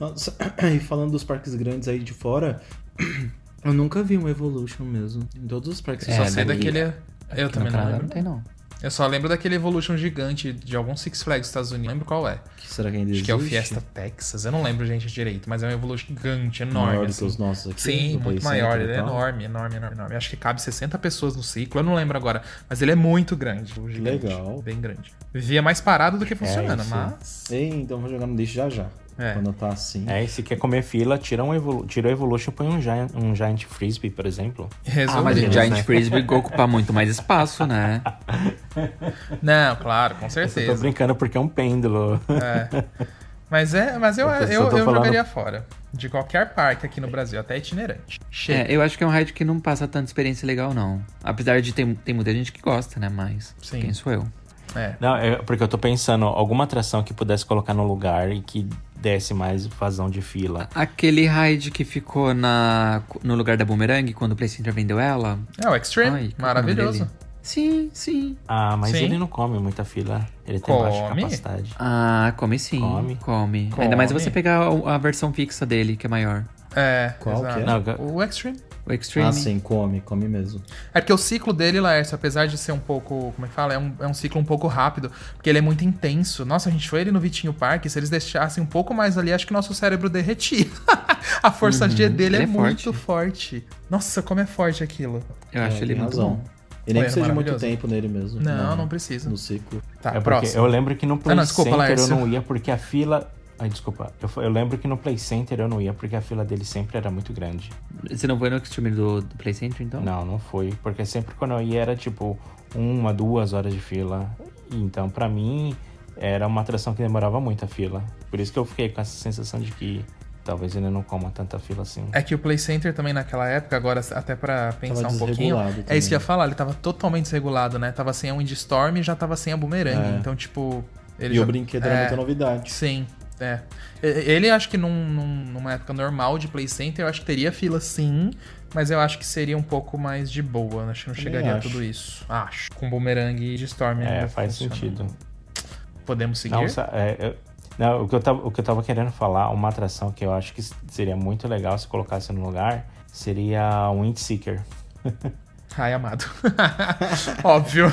F: Nossa, [clears throat] e falando dos parques grandes aí de fora, [clears throat] eu nunca vi um Evolution mesmo. Em todos os parques.
B: Eu
F: eu
B: só
D: É,
B: sei
D: daí-
B: daquele. Eu
D: Que no
B: também não
D: Canadá
B: lembro.
D: não tem não.
B: Eu só lembro daquele Evolution gigante de algum Six Flags dos Estados Unidos. Não lembro qual é. Acho
F: que será que é ainda
B: que é o
F: existe?
B: Fiesta Texas. Eu não lembro, gente, direito. Mas é um Evolution gigante, enorme.
F: Maior do que
B: assim.
F: os nossos aqui.
B: Sim,
F: do Play
B: muito maior.
F: Center e
B: Ele é
F: tal.
B: enorme, enorme, enorme, enorme. Acho que cabe 60 pessoas no ciclo. Eu não lembro agora. Mas ele é muito grande. o gigante,
F: Legal. Ah,
B: Bem grande. Vivia mais parado do que funcionando,
C: isso.
B: mas.
F: Ei, então vou jogar no lixo já já.
C: É.
F: Quando tá assim.
C: É, e se quer comer fila, tira, um Evolu tira o Evolution e põe um Giant, um Giant Frisbee, por exemplo.
D: Ah, mas o Giant Frisbee ocupa muito mais espaço, né?
B: Não, claro, com
C: Eu só tô
B: certeza.
C: brincando porque é um pêndulo.
B: É. Mas é, mas eu,
C: Eu tô-
B: eu,
C: só tô
B: eu
C: falando-
B: jogaria fora. De qualquer parque aqui no Brasil, até itinerante.
D: É,
B: Chega.
D: eu acho que é um ride que não passa tanta experiência legal, não. Apesar de ter, tem muita gente que gosta, né? Mas
B: Sim.
D: quem sou eu?
B: É.
C: [laughs] Não, é porque eu tô pensando, alguma atração que pudesse colocar no lugar e que desse mais vazão de fila.
D: Aquele ride que ficou na, no lugar da Boomerang quando o Play Center vendeu ela.
B: É, o Extreme,
D: Ai, qual que é o
B: maravilhoso.
D: nome Sim, sim.
C: Ah, mas
B: Sim.
C: ele não come muita fila. Ele tem baixa
B: Come?
C: capacidade.
D: Ah, come sim.
C: Come.
D: Come.
B: Come.
D: Ainda mais você pegar o- a versão fixa dele, que é maior.
B: É,
F: Qual que é?
B: exato. O Extreme.
D: O Extreme.
F: Ah, sim, come, come mesmo.
B: É porque o ciclo dele, Laércio, apesar de ser um pouco. Como é que fala? É um, é um ciclo um pouco rápido, porque ele é muito intenso. Nossa, a gente foi ele no Vitinho Parque, se eles deixassem um pouco mais ali, acho que nosso cérebro derretia. [laughs] a força
F: Uhum.
B: G dele é,
D: ele é
B: muito forte. Nossa, como é forte aquilo.
D: Eu
F: É,
D: acho ele
F: tem
D: muito
F: razão.
D: bom.
F: E nem
B: Olha,
F: precisa de muito
B: maravilhoso.
F: tempo nele mesmo.
B: Não,
F: Na-
B: não precisa.
F: No ciclo.
B: Tá,
C: É porque
B: próximo. Ah,
C: eu lembro que no Play
B: não, desculpa,
C: Center
B: Laércio.
C: eu não ia porque a fila. Ai, desculpa. Eu, fa- eu lembro que no Play Center eu não ia porque a fila dele sempre era muito grande.
D: Você não foi no Extreme do, do Play Center, então?
C: Não, não foi. Porque sempre quando eu ia era tipo uma, duas horas de fila. Então, pra mim, era uma atração que demorava muito a fila. Por isso que eu fiquei com essa sensação de que talvez ele não coma tanta fila assim.
B: É que o Play Center também naquela época, agora até pra pensar um pouquinho,
F: desregulado
B: é
F: também.
B: isso que eu ia falar, ele tava totalmente desregulado, né? Tava sem a Windstorm e já tava sem a Boomerang, então tipo... Ele
F: É. e
B: já...
F: o brinquedo
B: é,
F: era muita novidade.
B: Sim, é. E- Ele acho que num- num- numa época normal de Play Center, eu acho que teria fila sim, mas eu acho que seria um pouco mais de boa, né? acho que não
F: Também
B: chegaria
F: acho.
B: a tudo isso. Acho. Com Boomerang e Windstorm
C: É,
B: ainda
C: faz
B: funciona.
C: sentido.
B: Podemos seguir?
C: Não, sa- é, eu- não, o, que eu tava, o que eu tava querendo falar, uma atração que eu acho que seria muito legal se colocasse no lugar, seria um Windseeker.
B: Ai, amado. [laughs] Óbvio.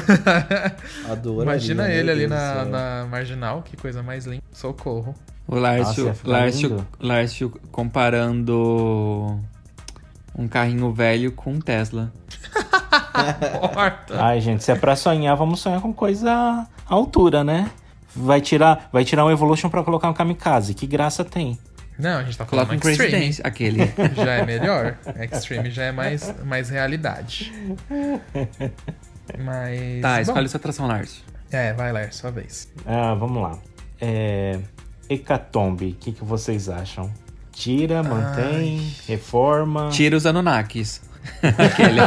F: Adoraria,
B: Imagina
F: é né, meu
B: ele ali
F: Deus do
B: na,
F: céu.
B: na marginal, que coisa mais linda. Socorro.
D: O
F: Ah,
D: Lárcio,
C: Nossa, ia ficar lindo.
D: Lárcio, Lárcio comparando um carrinho velho com um Tesla.
B: Porta.
C: Ai, gente, se é pra sonhar, vamos sonhar com coisa à altura, né? Vai tirar, vai tirar um Evolution pra colocar um Kamikaze. Que graça tem.
B: Não, a gente tá falando
D: Coloca um Crazy
B: Extreme.
D: Dance,
B: [laughs]
D: aquele. Tá,
B: Já é melhor. Extreme já é mais, mais realidade. Mas.
D: tá,
B: é bom.
D: escolhe sua atração, Lárcio.
B: É, vai lá, é sua vez.
C: Ah, vamos lá. É, Hecatombe, o que, que vocês acham? Tira, mantém, reforma.
D: Tira os Anunnakis. [laughs] aquele.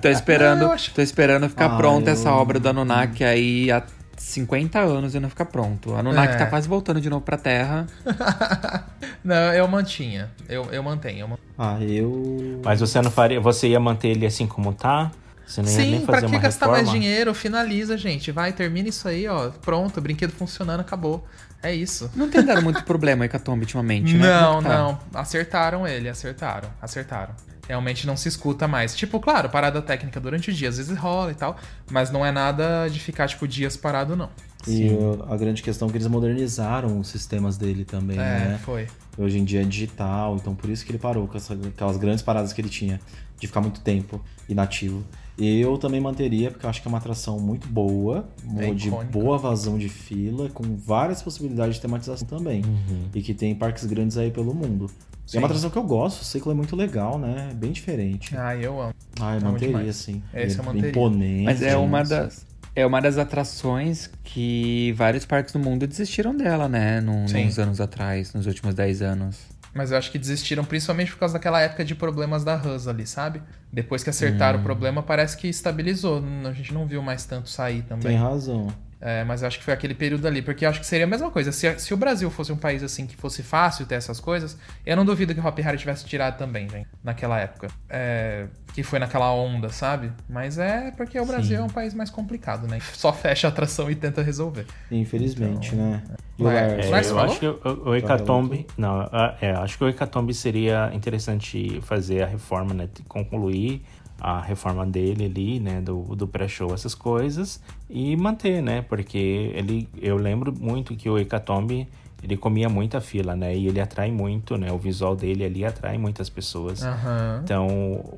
D: tô esperando,
B: Não, Ah, eu acho-
D: tô esperando ficar
F: Ah,
D: pronta
F: eu-
D: essa obra do Anunnaki aí há 50 anos e não ficar pronto. O Anunnaki
B: É.
D: tá quase voltando de novo pra Terra.
B: Não, eu mantinha. Eu, eu mantenho. Eu man-
F: Ah, eu.
C: Mas você não faria. Você ia manter ele assim como tá? Você não ia nem
B: Sim,
C: fazer
B: pra que
C: uma
B: gastar
C: reforma?
B: mais dinheiro? Finaliza, gente. Vai, termina isso aí, ó. Pronto, brinquedo funcionando, acabou. É isso.
D: Não tem dado muito [laughs] problema a Hecatombe ultimamente, né?
B: Não,
D: Como é que tá?
B: não. Acertaram ele, acertaram, acertaram. Realmente não se escuta mais. Tipo, claro, parada técnica durante o dia, às vezes rola e tal, mas não é nada de ficar, tipo, dias parado, não.
F: E eu- a grande questão é que eles modernizaram os sistemas dele também,
B: É,
F: né?
B: foi.
F: Hoje em dia é digital, então por isso que ele parou com essa- aquelas grandes paradas que ele tinha de ficar muito tempo inativo. Eu também manteria, porque eu acho que é uma atração muito boa,
B: É
F: de
B: icônica.
F: boa vazão de fila, com várias possibilidades de tematização também. E que tem parques grandes aí pelo mundo. E
B: Uhum. Sim.
F: é uma atração que eu gosto, o ciclo é muito legal, né? É bem diferente.
B: Ah, eu amo.
F: Ah, eu
B: bom
F: manteria,
B: demais.
F: sim.
B: Esse eu
F: é
B: manteria.
F: imponente.
D: Mas é uma
F: nossa.
D: das. É uma das atrações que vários parques do mundo desistiram dela, né? Num,
B: Sim.
D: uns anos atrás, nos últimos 10 anos.
B: Mas eu acho que desistiram principalmente por causa daquela época de problemas da Hans ali, sabe? Depois que acertaram
C: Hum.
B: o problema, parece que estabilizou. N- A gente não viu mais tanto sair
F: Tem
B: também.
F: razão.
B: É, mas eu acho que foi aquele período ali, porque eu acho que seria a mesma coisa. Se, se o Brasil fosse um país assim que fosse fácil ter essas coisas, eu não duvido que o Hop Harry tivesse tirado também, gente, naquela época. É, que foi naquela onda, sabe? Mas é porque o Brasil é um país mais complicado, né? Só fecha a atração e tenta resolver.
F: Infelizmente,
B: Então,
F: né? E o
B: Ué,
F: Lars?
C: É,
B: Mas
C: eu
B: falou?
C: acho que o, o Hecatombe. Não, a- é, acho que o Hecatombe seria interessante fazer a reforma, né? Concluir a reforma dele ali, né? Do, do pré-show, essas coisas. E manter, né? Porque ele. Eu lembro muito que o Hecatombe. Ele comia muita fila, né? E ele atrai muito, né? O visual dele ali atrai muitas pessoas.
B: Aham.
C: Então,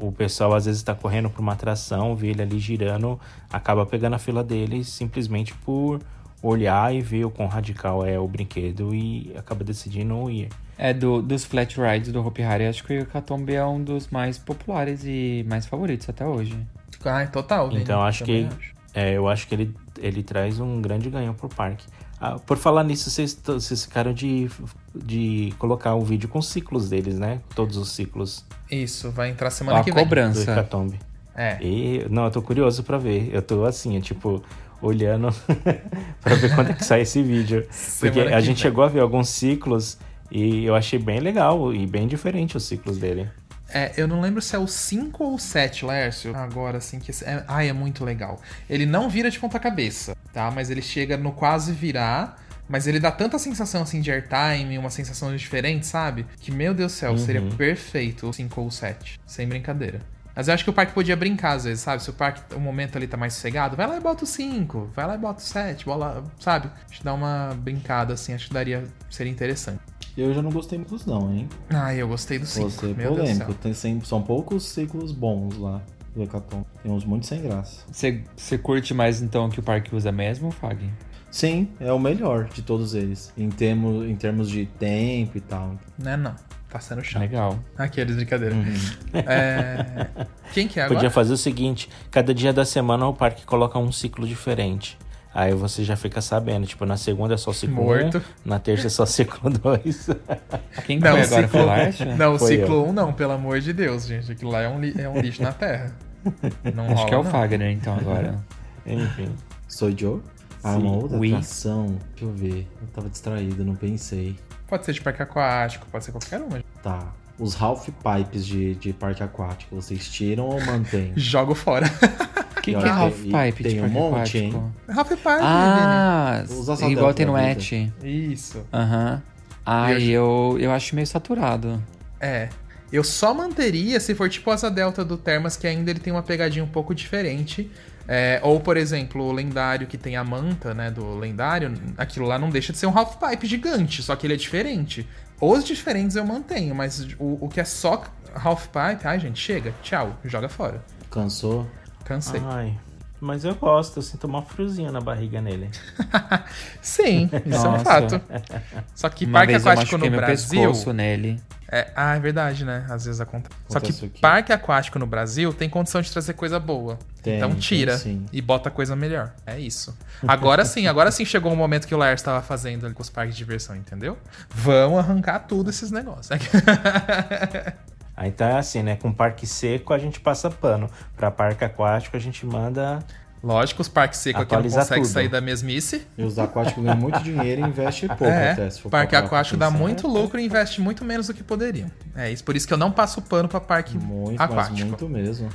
C: o pessoal às vezes tá correndo pra uma atração, vê ele ali girando, acaba pegando a fila dele simplesmente por olhar e ver o quão radical é o brinquedo e acaba decidindo não ir.
D: É, do, dos flat rides do Hopi Hari, acho que o Catombe é um dos mais populares e mais favoritos até hoje.
B: Ah, total. Vini,
C: Então acho que
B: também acho.
C: é, eu acho que ele, ele traz um grande ganho pro parque. Ah, por falar nisso, vocês, t- vocês ficaram de, de colocar o vídeo com os ciclos deles, né? Todos os ciclos.
B: é. Isso, vai entrar semana
C: Tá
D: Ó,
B: que vem.
D: cobrando. Cobrança.
C: Do Hecatombe.
B: É.
C: E, não, eu tô curioso pra ver. Eu tô assim, é, tipo, olhando [laughs] pra ver quando é que sai esse vídeo. Porque
B: Semana
C: a
B: que vem.
C: gente chegou a ver alguns ciclos e eu achei bem legal e bem diferente os ciclos dele.
B: É, eu não lembro se é o 5 ou o 7, Laércio. Agora, assim, que. esse- É, ai, é muito legal. Ele não vira de ponta-cabeça, tá? Mas ele chega no quase virar. Mas ele dá tanta sensação, assim, de airtime, uma sensação diferente, sabe? Que, meu Deus do céu, seria perfeito o 5 ou o 7. Sem brincadeira. Mas eu acho que o parque podia brincar às vezes, sabe? Se o parque, o momento ali tá mais sossegado, vai lá e bota o 5, vai lá e bota o 7, bola, sabe? Acho que dá uma brincada, assim, acho que daria, seria interessante.
F: Eu já não gostei muito dos não, hein?
B: Ai, eu gostei do
F: Vou
B: 5,
F: ser
B: meu Deus do céu.
F: polêmico. Tem, sempre- são poucos ciclos bons lá do Hecatombe. Tem uns muito sem graça.
D: Você você curte mais então que o parque usa mesmo, Fag?
F: Sim, é o melhor de todos eles. Em, termo, em termos de tempo e tal.
B: Né, não. Tá sendo chato.
D: Legal.
B: Aqueles, brincadeira.
F: Uhum.
C: [laughs]
B: É, Quem que é agora?
C: Podia fazer o seguinte: cada dia da semana o parque coloca um ciclo diferente. Aí você já fica sabendo, tipo, na segunda é só ciclo 1,
B: Morto.
C: na terça é só ciclo [laughs] 2.
D: Quem
B: Não,
D: foi
B: o ciclo,
D: agora? né? Foi
B: [laughs]
D: Laércio?
B: não, o
C: Foi
B: ciclo 1 não, pelo amor de Deus, gente. Aquilo lá é um, li- é um lixo na
D: [laughs]
B: terra. Não
D: Acho
B: rola, Uhum.
D: que é o
B: não.
D: Fagner então agora.
C: Enfim.
F: Sou Joe? Ah,
D: Sim,
F: uma outra
D: oui.
F: atração. Deixa eu ver. Eu tava distraído, não pensei.
B: Pode ser de parque aquático, pode ser qualquer um, uma.
F: Tá. Os half pipes de, de parque aquático, vocês tiram ou mantêm?
B: Jogo fora. [laughs]
D: O que, que
F: E olha,
D: é half
F: tem-
D: pipe
F: tem
D: de
F: um
D: parque
F: monte,
D: aquático?
F: hein?
B: Half Pipe,
D: Ah,
F: Os assadão
D: igual tem no
F: da vida.
D: Et.
B: Vini. né? Isso.
D: Aham. Ah,
B: Eu acho-
D: eu, eu acho meio saturado.
B: É. Eu só manteria se for tipo asa delta do Termas, que ainda ele tem uma pegadinha um pouco diferente. É, ou, por exemplo, o lendário que tem a manta, né, do lendário, aquilo lá não deixa de ser um half pipe gigante, só que ele é diferente. Os diferentes eu mantenho, mas o, o que é só half pipe, ai gente, chega, tchau, joga fora.
F: Cansou?
B: Cansei.
C: Ai, mas eu gosto, eu sinto uma fruzinha na barriga nele.
B: Sim, isso é um
D: Nossa.
B: fato. Só que
D: Uma
B: parque
D: vez eu
B: aquático
D: machuquei
B: no
D: meu
B: Brasil.
D: pescoço nele.
B: É, ah, é verdade, né? Às vezes acontece. Só que
F: Acontece o quê?
B: parque aquático no Brasil tem condição de trazer coisa boa.
F: Tem,
B: então
F: tem
B: tira
F: sim.
B: e bota coisa melhor. É isso. Agora sim, agora sim chegou o momento que o Laércio estava fazendo ali com os parques de diversão, entendeu? Vão arrancar tudo esses negócios. [laughs]
C: Aí tá assim, né? Com parque seco a gente passa pano. Pra parque aquático a gente manda.
B: Lógico, os parques secos aqui não
C: Atualizar
B: conseguem
C: tudo.
B: sair da mesmice.
F: E os aquáticos ganham muito dinheiro e
B: [laughs]
F: investem pouco até.
B: É,
F: Se for
B: parque
F: parar pra
B: aquático dá
F: pensar.
B: muito lucro e investe muito menos do que poderiam. É isso, por isso que eu não passo pano pra parque
F: Muito, mas
B: aquático.
F: muito mesmo.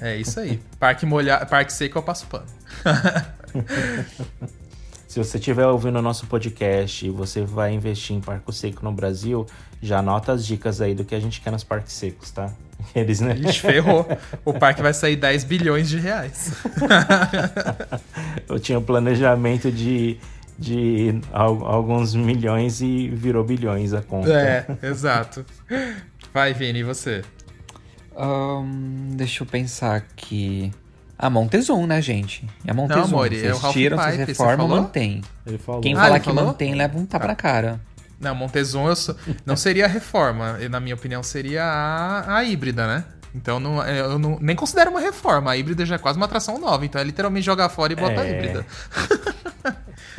B: É isso aí. Parque molha... parque seco eu passo pano. [laughs]
C: Se você estiver ouvindo o nosso podcast e você vai investir em parque seco no Brasil, já anota as dicas aí do que a gente quer nos parques secos, tá? [laughs] Eles, né?
B: Ixi, ferrou. O parque vai sair 10 bilhões de reais.
C: [laughs] Eu tinha um planejamento de, de al- alguns milhões e virou bilhões a conta.
B: É, exato. Vai, Vini, e você?
D: Ahn, deixa eu pensar aqui. A Montezum, né, gente? É a Montezum.
B: Não, amore, é o
D: vocês
B: Ralph
D: tiram,
B: Pipe,
D: vocês
B: você
D: reformam,
B: falou?
D: mantém.
F: Ele falou.
D: Quem
B: Ah,
D: falar
B: ele
D: que
B: falou?
D: mantém, leva um tapa na cara.
B: Não, Montezum eu sou... não seria a reforma. e, Na minha opinião, seria a, a híbrida, né? Então não, eu não, nem considero uma reforma. A híbrida já é quase uma atração nova. Então é literalmente jogar fora e botar a
C: É.
B: híbrida.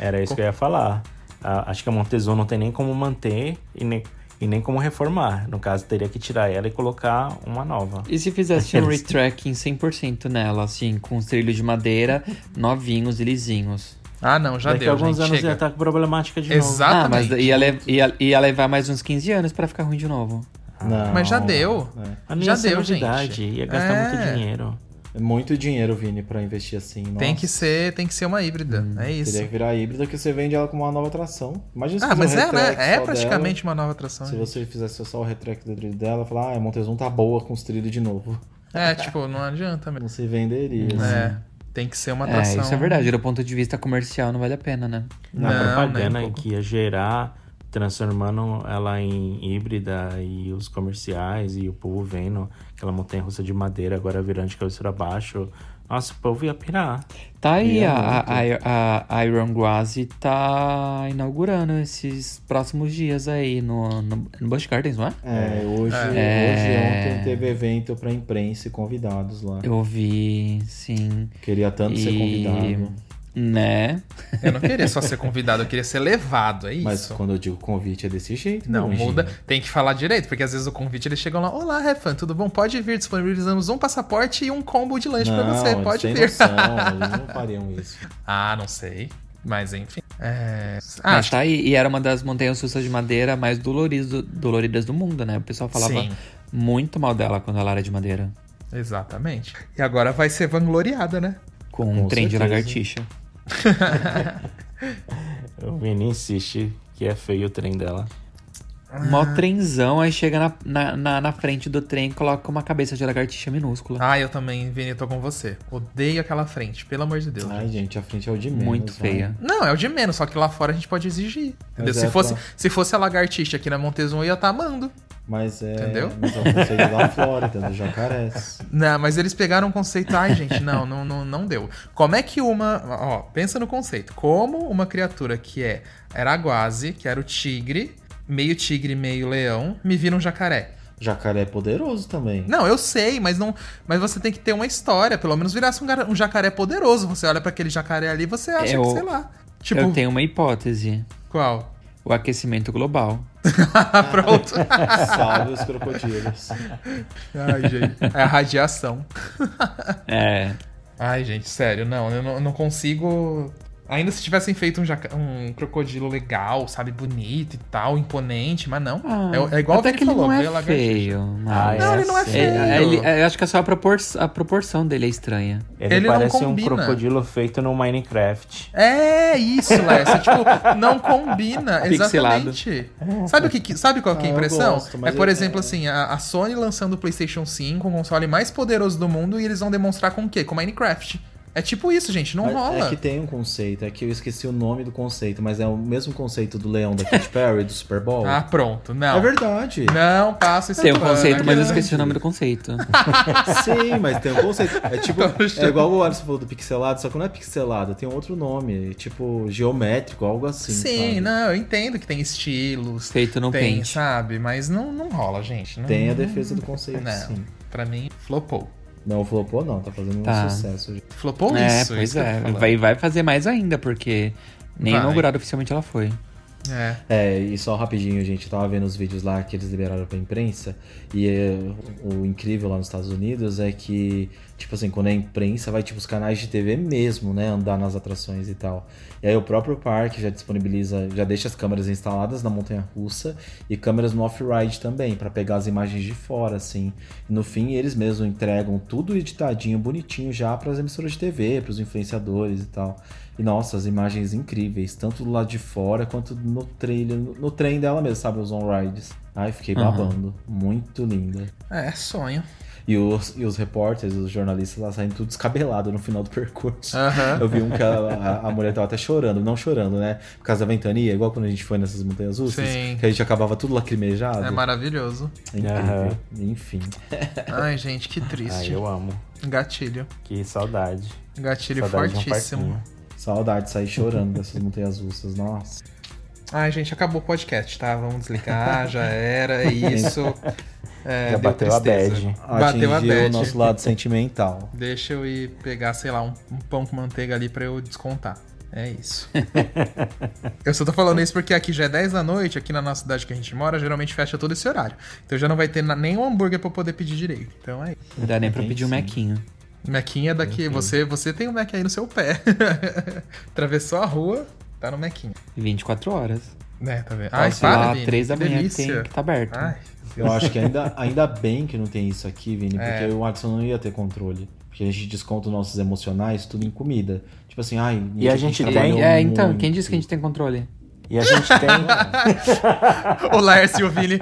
B: [laughs]
C: Era isso que eu ia falar. A- acho que a Montezuma não tem nem como manter e nem, e nem como reformar. No caso, teria que tirar ela e colocar uma nova.
D: E se [laughs] fizesse um
C: Eles-
D: retracking 100% nela, assim, com os trilhos de madeira, novinhos e lisinhos?
B: Ah, não, já
C: Daqui
B: deu,
C: a alguns
B: gente.
C: anos
B: chega.
C: ia estar com problemática de novo.
D: Ah, mas
B: Exatamente.
D: ia, le- ia- ia levar mais uns 15 anos pra ficar ruim de novo.
F: Não,
B: Ah. Mas já deu.
F: né?
C: Mas não
B: Já
C: ia ser
B: deu,
C: novidade,
B: gente.
C: ia gastar
B: É.
C: muito dinheiro.
F: É muito dinheiro, Vini, pra investir assim.
B: Tem
F: Nossa, Hum,
B: que ser, tem que ser uma híbrida. é isso.
F: Teria que virar híbrido que você vende ela como uma nova atração. Imagina se
B: Ah,
F: fizer
B: mas
F: um
B: é,
F: retract
B: né? É
F: só
B: praticamente uma nova atração.
F: dela. Se você
B: gente.
F: fizesse só o retrack do trilho dela, falar, ah, a Montezum tá boa com os trilhos de novo.
B: É, tipo, não adianta mesmo.
F: Não se venderia. assim.
B: É, tem que ser uma
D: É,
B: atração.
D: isso é verdade. Do ponto de vista comercial, não vale a pena, né?
B: Não,
C: Na
B: nem um
C: propaganda
B: pouco.
C: que ia gerar transformando ela em híbrida e os comerciais e o povo vendo aquela montanha russa de madeira agora virando de cabeça para baixo. Nossa, o povo ia pirar.
D: Tá aí,
C: Ia
D: a,
C: muito.
D: a, a, a Iron Guazi tá inaugurando esses próximos dias aí no, no, no Busch Gardens, não é?
F: É, hoje, hoje ontem teve evento pra imprensa e convidados lá.
D: Eu vi, sim.
F: Queria tanto ser
D: E-
F: convidado.
D: Né?
B: Eu não queria só ser convidado, eu queria ser levado, é isso.
F: Mas quando eu digo convite é desse jeito.
B: Não,
F: né,
B: muda.
F: gente?
B: Tem que falar direito, porque às vezes o convite eles chegam lá: Olá, Refan, tudo bom? Pode vir. Disponibilizamos um passaporte e um combo de lanche pra
F: Não,
B: você.
F: eles
B: Pode
F: têm
B: vir.
F: noção, eles não fariam isso.
B: [laughs] ah, não sei. Mas enfim. É... Ah,
D: Mas
B: acho
D: tá aí, e era uma das montanhas russas de madeira mais dolorido, doloridas do mundo, né? O pessoal falava
B: Sim.
D: muito mal dela quando ela era de madeira.
B: que- Exatamente. E agora vai ser vangloriada, né?
D: Com,
F: Com
D: um trem de
F: certeza.
D: lagartixa.
C: O menino insiste que é feio o trem dela.
B: Ah.
D: Mó trenzão, aí chega na, na, na, na frente do trem e coloca uma cabeça de lagartixa minúscula.
B: Ah, eu também, Vini, tô com você. Odeio aquela frente, pelo amor de Deus.
F: Ai, gente, a frente é o de menos.
D: muito
F: vai.
D: feia.
B: Não, é o de menos, só que lá fora a gente pode exigir. Entendeu?
F: Mas
B: Se
F: é
B: fosse,
F: pra-
B: se fosse a lagartixa aqui na Montezuma, eu ia estar amando.
F: Mas é.
B: Entendeu?
F: Mas é o conselho da Flórida, do jacarés.
B: Não, mas eles pegaram um conceito. Ai, gente, não, não, não, não deu. Como é que uma. Ó, pensa no conceito. Como uma criatura que é Araguaze, que era o tigre, meio tigre, meio leão, me vira um jacaré.
F: Jacaré é poderoso
B: [laughs]
F: também.
B: Não, eu sei, mas não. Mas você tem que ter uma história. Pelo menos virasse um, gar- um jacaré poderoso. Você olha pra aquele jacaré ali você acha
D: Eu-
B: que, sei lá. Tipo,
D: É Eu tenho uma hipótese.
B: qual? [laughs] Tá
D: O aquecimento global.
B: Pronto.
F: Salve os crocodilos.
B: Ai, gente. É a radiação.
D: É.
B: Ai, gente, sério, não, eu não, eu não consigo. Ainda se tivessem feito um, jaca- um crocodilo legal, sabe, bonito e tal, imponente, mas não. é, é igual
D: Ah, até
B: o
D: que ele
B: falou,
D: não
B: veio a
D: é
B: lagartixa.
D: feio.
C: Ah,
D: Mas...
B: Não, ele não é
C: sim.
B: feio.
D: É, ele- é, eu acho que é só a, propor a proporção dele é estranha.
C: Ele,
B: Ele não
C: parece um
B: combina.
C: crocodilo feito no Minecraft.
B: É isso, Lessa. tipo, não combina.
D: Pixelado.
B: Exatamente. Sabe, o que, que- sabe qual que é
F: Ah,
B: a
F: eu
B: impressão?
F: gosto,
B: é,
F: mas
B: por
F: eu-
B: exemplo, assim, a, a Sony lançando o PlayStation 5, o console mais poderoso do mundo, e eles vão demonstrar com o quê? Com Minecraft. É tipo isso, gente, não
F: Mas
B: rola.
F: É que tem um conceito, é que eu esqueci o nome do conceito, mas é o mesmo conceito do leão da Katy Perry, do Super Bowl.
B: Ah, pronto, não.
F: É verdade.
B: Não passa esse
D: Tem um
B: pano,
D: conceito, mas eu
B: cara.
D: esqueci o nome do conceito.
F: Sim, mas tem um conceito. É tipo,
B: Poxa.
F: é igual o Alisson falou do pixelado, só que não é pixelado, tem um outro nome, é tipo geométrico, algo assim.
B: Sim,
F: sabe?
B: não, eu entendo que tem estilos,
D: Feito no
B: tem,
D: pente.
B: sabe? Mas não, não rola, gente. Não,
F: Tem a defesa do conceito,
B: Não.
F: sim.
B: Pra mim, flopou.
F: Não, o flopou não, tá fazendo
D: Tá.
F: um sucesso. gente.
B: Flopou
D: é,
B: isso.
D: pois
B: isso que eu
D: é.
B: tô falando.
D: Vai, vai fazer mais ainda, porque nem
B: Vai.
D: inaugurada oficialmente ela foi.
B: É.
F: É, e só rapidinho, gente, eu tava vendo os vídeos lá que eles liberaram pra imprensa, e é, o incrível lá nos Estados Unidos é que, tipo assim, quando é imprensa, vai tipo os canais de TV mesmo, né, andar nas atrações e tal. E aí o próprio parque já disponibiliza, já deixa as câmeras instaladas na montanha russa e câmeras no off-ride também, pra pegar as imagens de fora, assim. E no fim, eles mesmos entregam tudo editadinho, bonitinho já pras emissoras de TV, pros influenciadores e tal. E nossa, as imagens incríveis, tanto do lado de fora quanto no trailer, no no trem dela mesmo, sabe? Os on-rides. Ai, fiquei
D: Aham.
F: babando. Muito linda.
B: É, sonho.
F: E os, e os repórteres, os jornalistas lá saindo tudo descabelado no final do percurso.
B: Aham.
F: Eu vi um que a, a- a mulher tava até chorando, não chorando, né? Por causa da ventania, igual quando a gente foi nessas montanhas russas,
B: Sim.
F: que a gente acabava tudo lacrimejado.
C: Uhum.
B: É maravilhoso.
F: Incrível.
C: Aham.
F: Enfim.
B: Ai, gente, que
C: Ai,
B: triste.
C: eu amo.
B: Gatilho.
C: Que saudade.
B: Gatilho
C: saudade de um
B: fortíssimo.
F: [laughs]
C: parquinho.
F: Saudade de sair chorando dessas montanhas russas, nossa.
B: Ai, gente, acabou o podcast, tá? Vamos desligar, já era,
C: [laughs]
B: é isso. É,
C: Já
B: deu
C: bateu a
B: tristeza.
C: bad.
B: Bateu a
F: Atingiu
B: bad.
F: o nosso lado sentimental.
B: Deixa eu ir pegar, sei lá, um, um pão com manteiga ali pra eu descontar. É
D: [laughs]
B: isso. eu só tô falando isso porque aqui já é 10 da noite, aqui na nossa cidade que a gente mora, geralmente fecha todo esse horário. Então já não vai ter na- nem um hambúrguer pra eu poder pedir direito. Então é isso.
D: Não dá nem pra
F: Tem
D: pedir um
F: sim.
D: mequinho.
B: Mequinha é daqui. Você, você tem o Mac aí no seu pé. [laughs] Atravessou a rua, tá no Mequinha.
D: 24 horas.
B: Né, tá vendo?
D: Ai,
B: Ai,
D: sei lá,
B: Vini,
D: 3 da
B: que
D: manhã que,
B: delícia.
D: tem, que tá aberto.
B: Ai,
F: Eu acho que ainda, ainda bem que não tem isso aqui, Vini, porque
B: É.
F: o Watson não ia ter controle. Porque a gente desconta os nossos emocionais tudo em comida. Tipo assim, ai.
C: E a gente
D: E aí-
C: tem-
D: é, então, quem disse que a gente tem controle?
C: E a
F: [laughs]
C: gente tem.
F: É,
B: [laughs] O Lércio e o Vini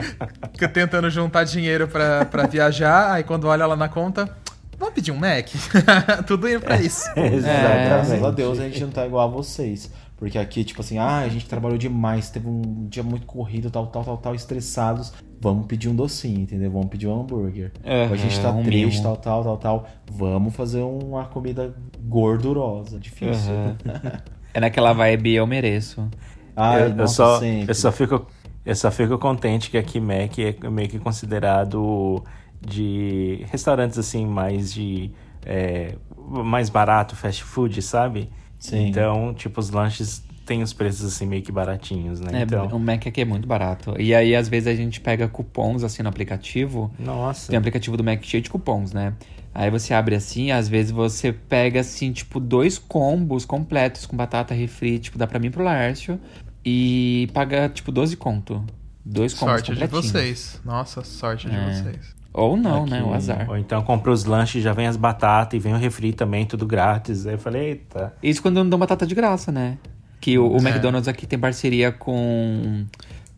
B: que tentando juntar dinheiro pra, pra viajar, aí quando olha lá na conta, vamos pedir um Mac? [laughs] Tudo indo pra isso.
C: É.
F: Graças a
C: Exatamente.
F: Deus a gente não tá igual a vocês. Porque aqui, tipo assim, ah, a gente trabalhou demais, teve um dia muito corrido, tal, tal, tal, tal, estressados. Vamos pedir um docinho, entendeu? Vamos pedir um hambúrguer.
D: É,
F: a gente tá
D: é, um
F: triste,
D: mimo.
F: tal, tal, tal, tal. Vamos fazer uma comida gordurosa. Difícil.
D: Aham. [laughs] É naquela vibe eu mereço.
F: Ah,
C: eu, eu
F: nossa,
C: só,
F: sempre.
C: eu só fico eu só fico contente que aqui Mac é meio que considerado de restaurantes assim mais de é, mais barato fast food, sabe?
F: Sim.
C: Então, tipo os lanches têm os preços assim meio que baratinhos, né?
D: É,
C: então,
D: O Mac aqui é muito barato. E aí, às vezes, a gente pega cupons assim no aplicativo.
C: Nossa.
D: Tem um aplicativo do Mac cheio de cupons, né? Aí você abre assim, às vezes você pega assim, tipo, dois combos completos com batata refri, tipo, dá pra mim e pro Laércio. E paga, tipo, 12 conto. Dois combos
B: Sorte é de
D: completinhos.
B: vocês. Nossa, sorte de
D: É.
B: vocês.
D: Ou não,
C: aqui-
D: né? O azar.
C: Ou então compra os lanches, já vem as batatas e vem o refri também, tudo grátis. Aí eu falei, eita.
D: Isso quando não dão batata de graça, né? Que o, o
B: É.
D: McDonald's aqui tem parceria com,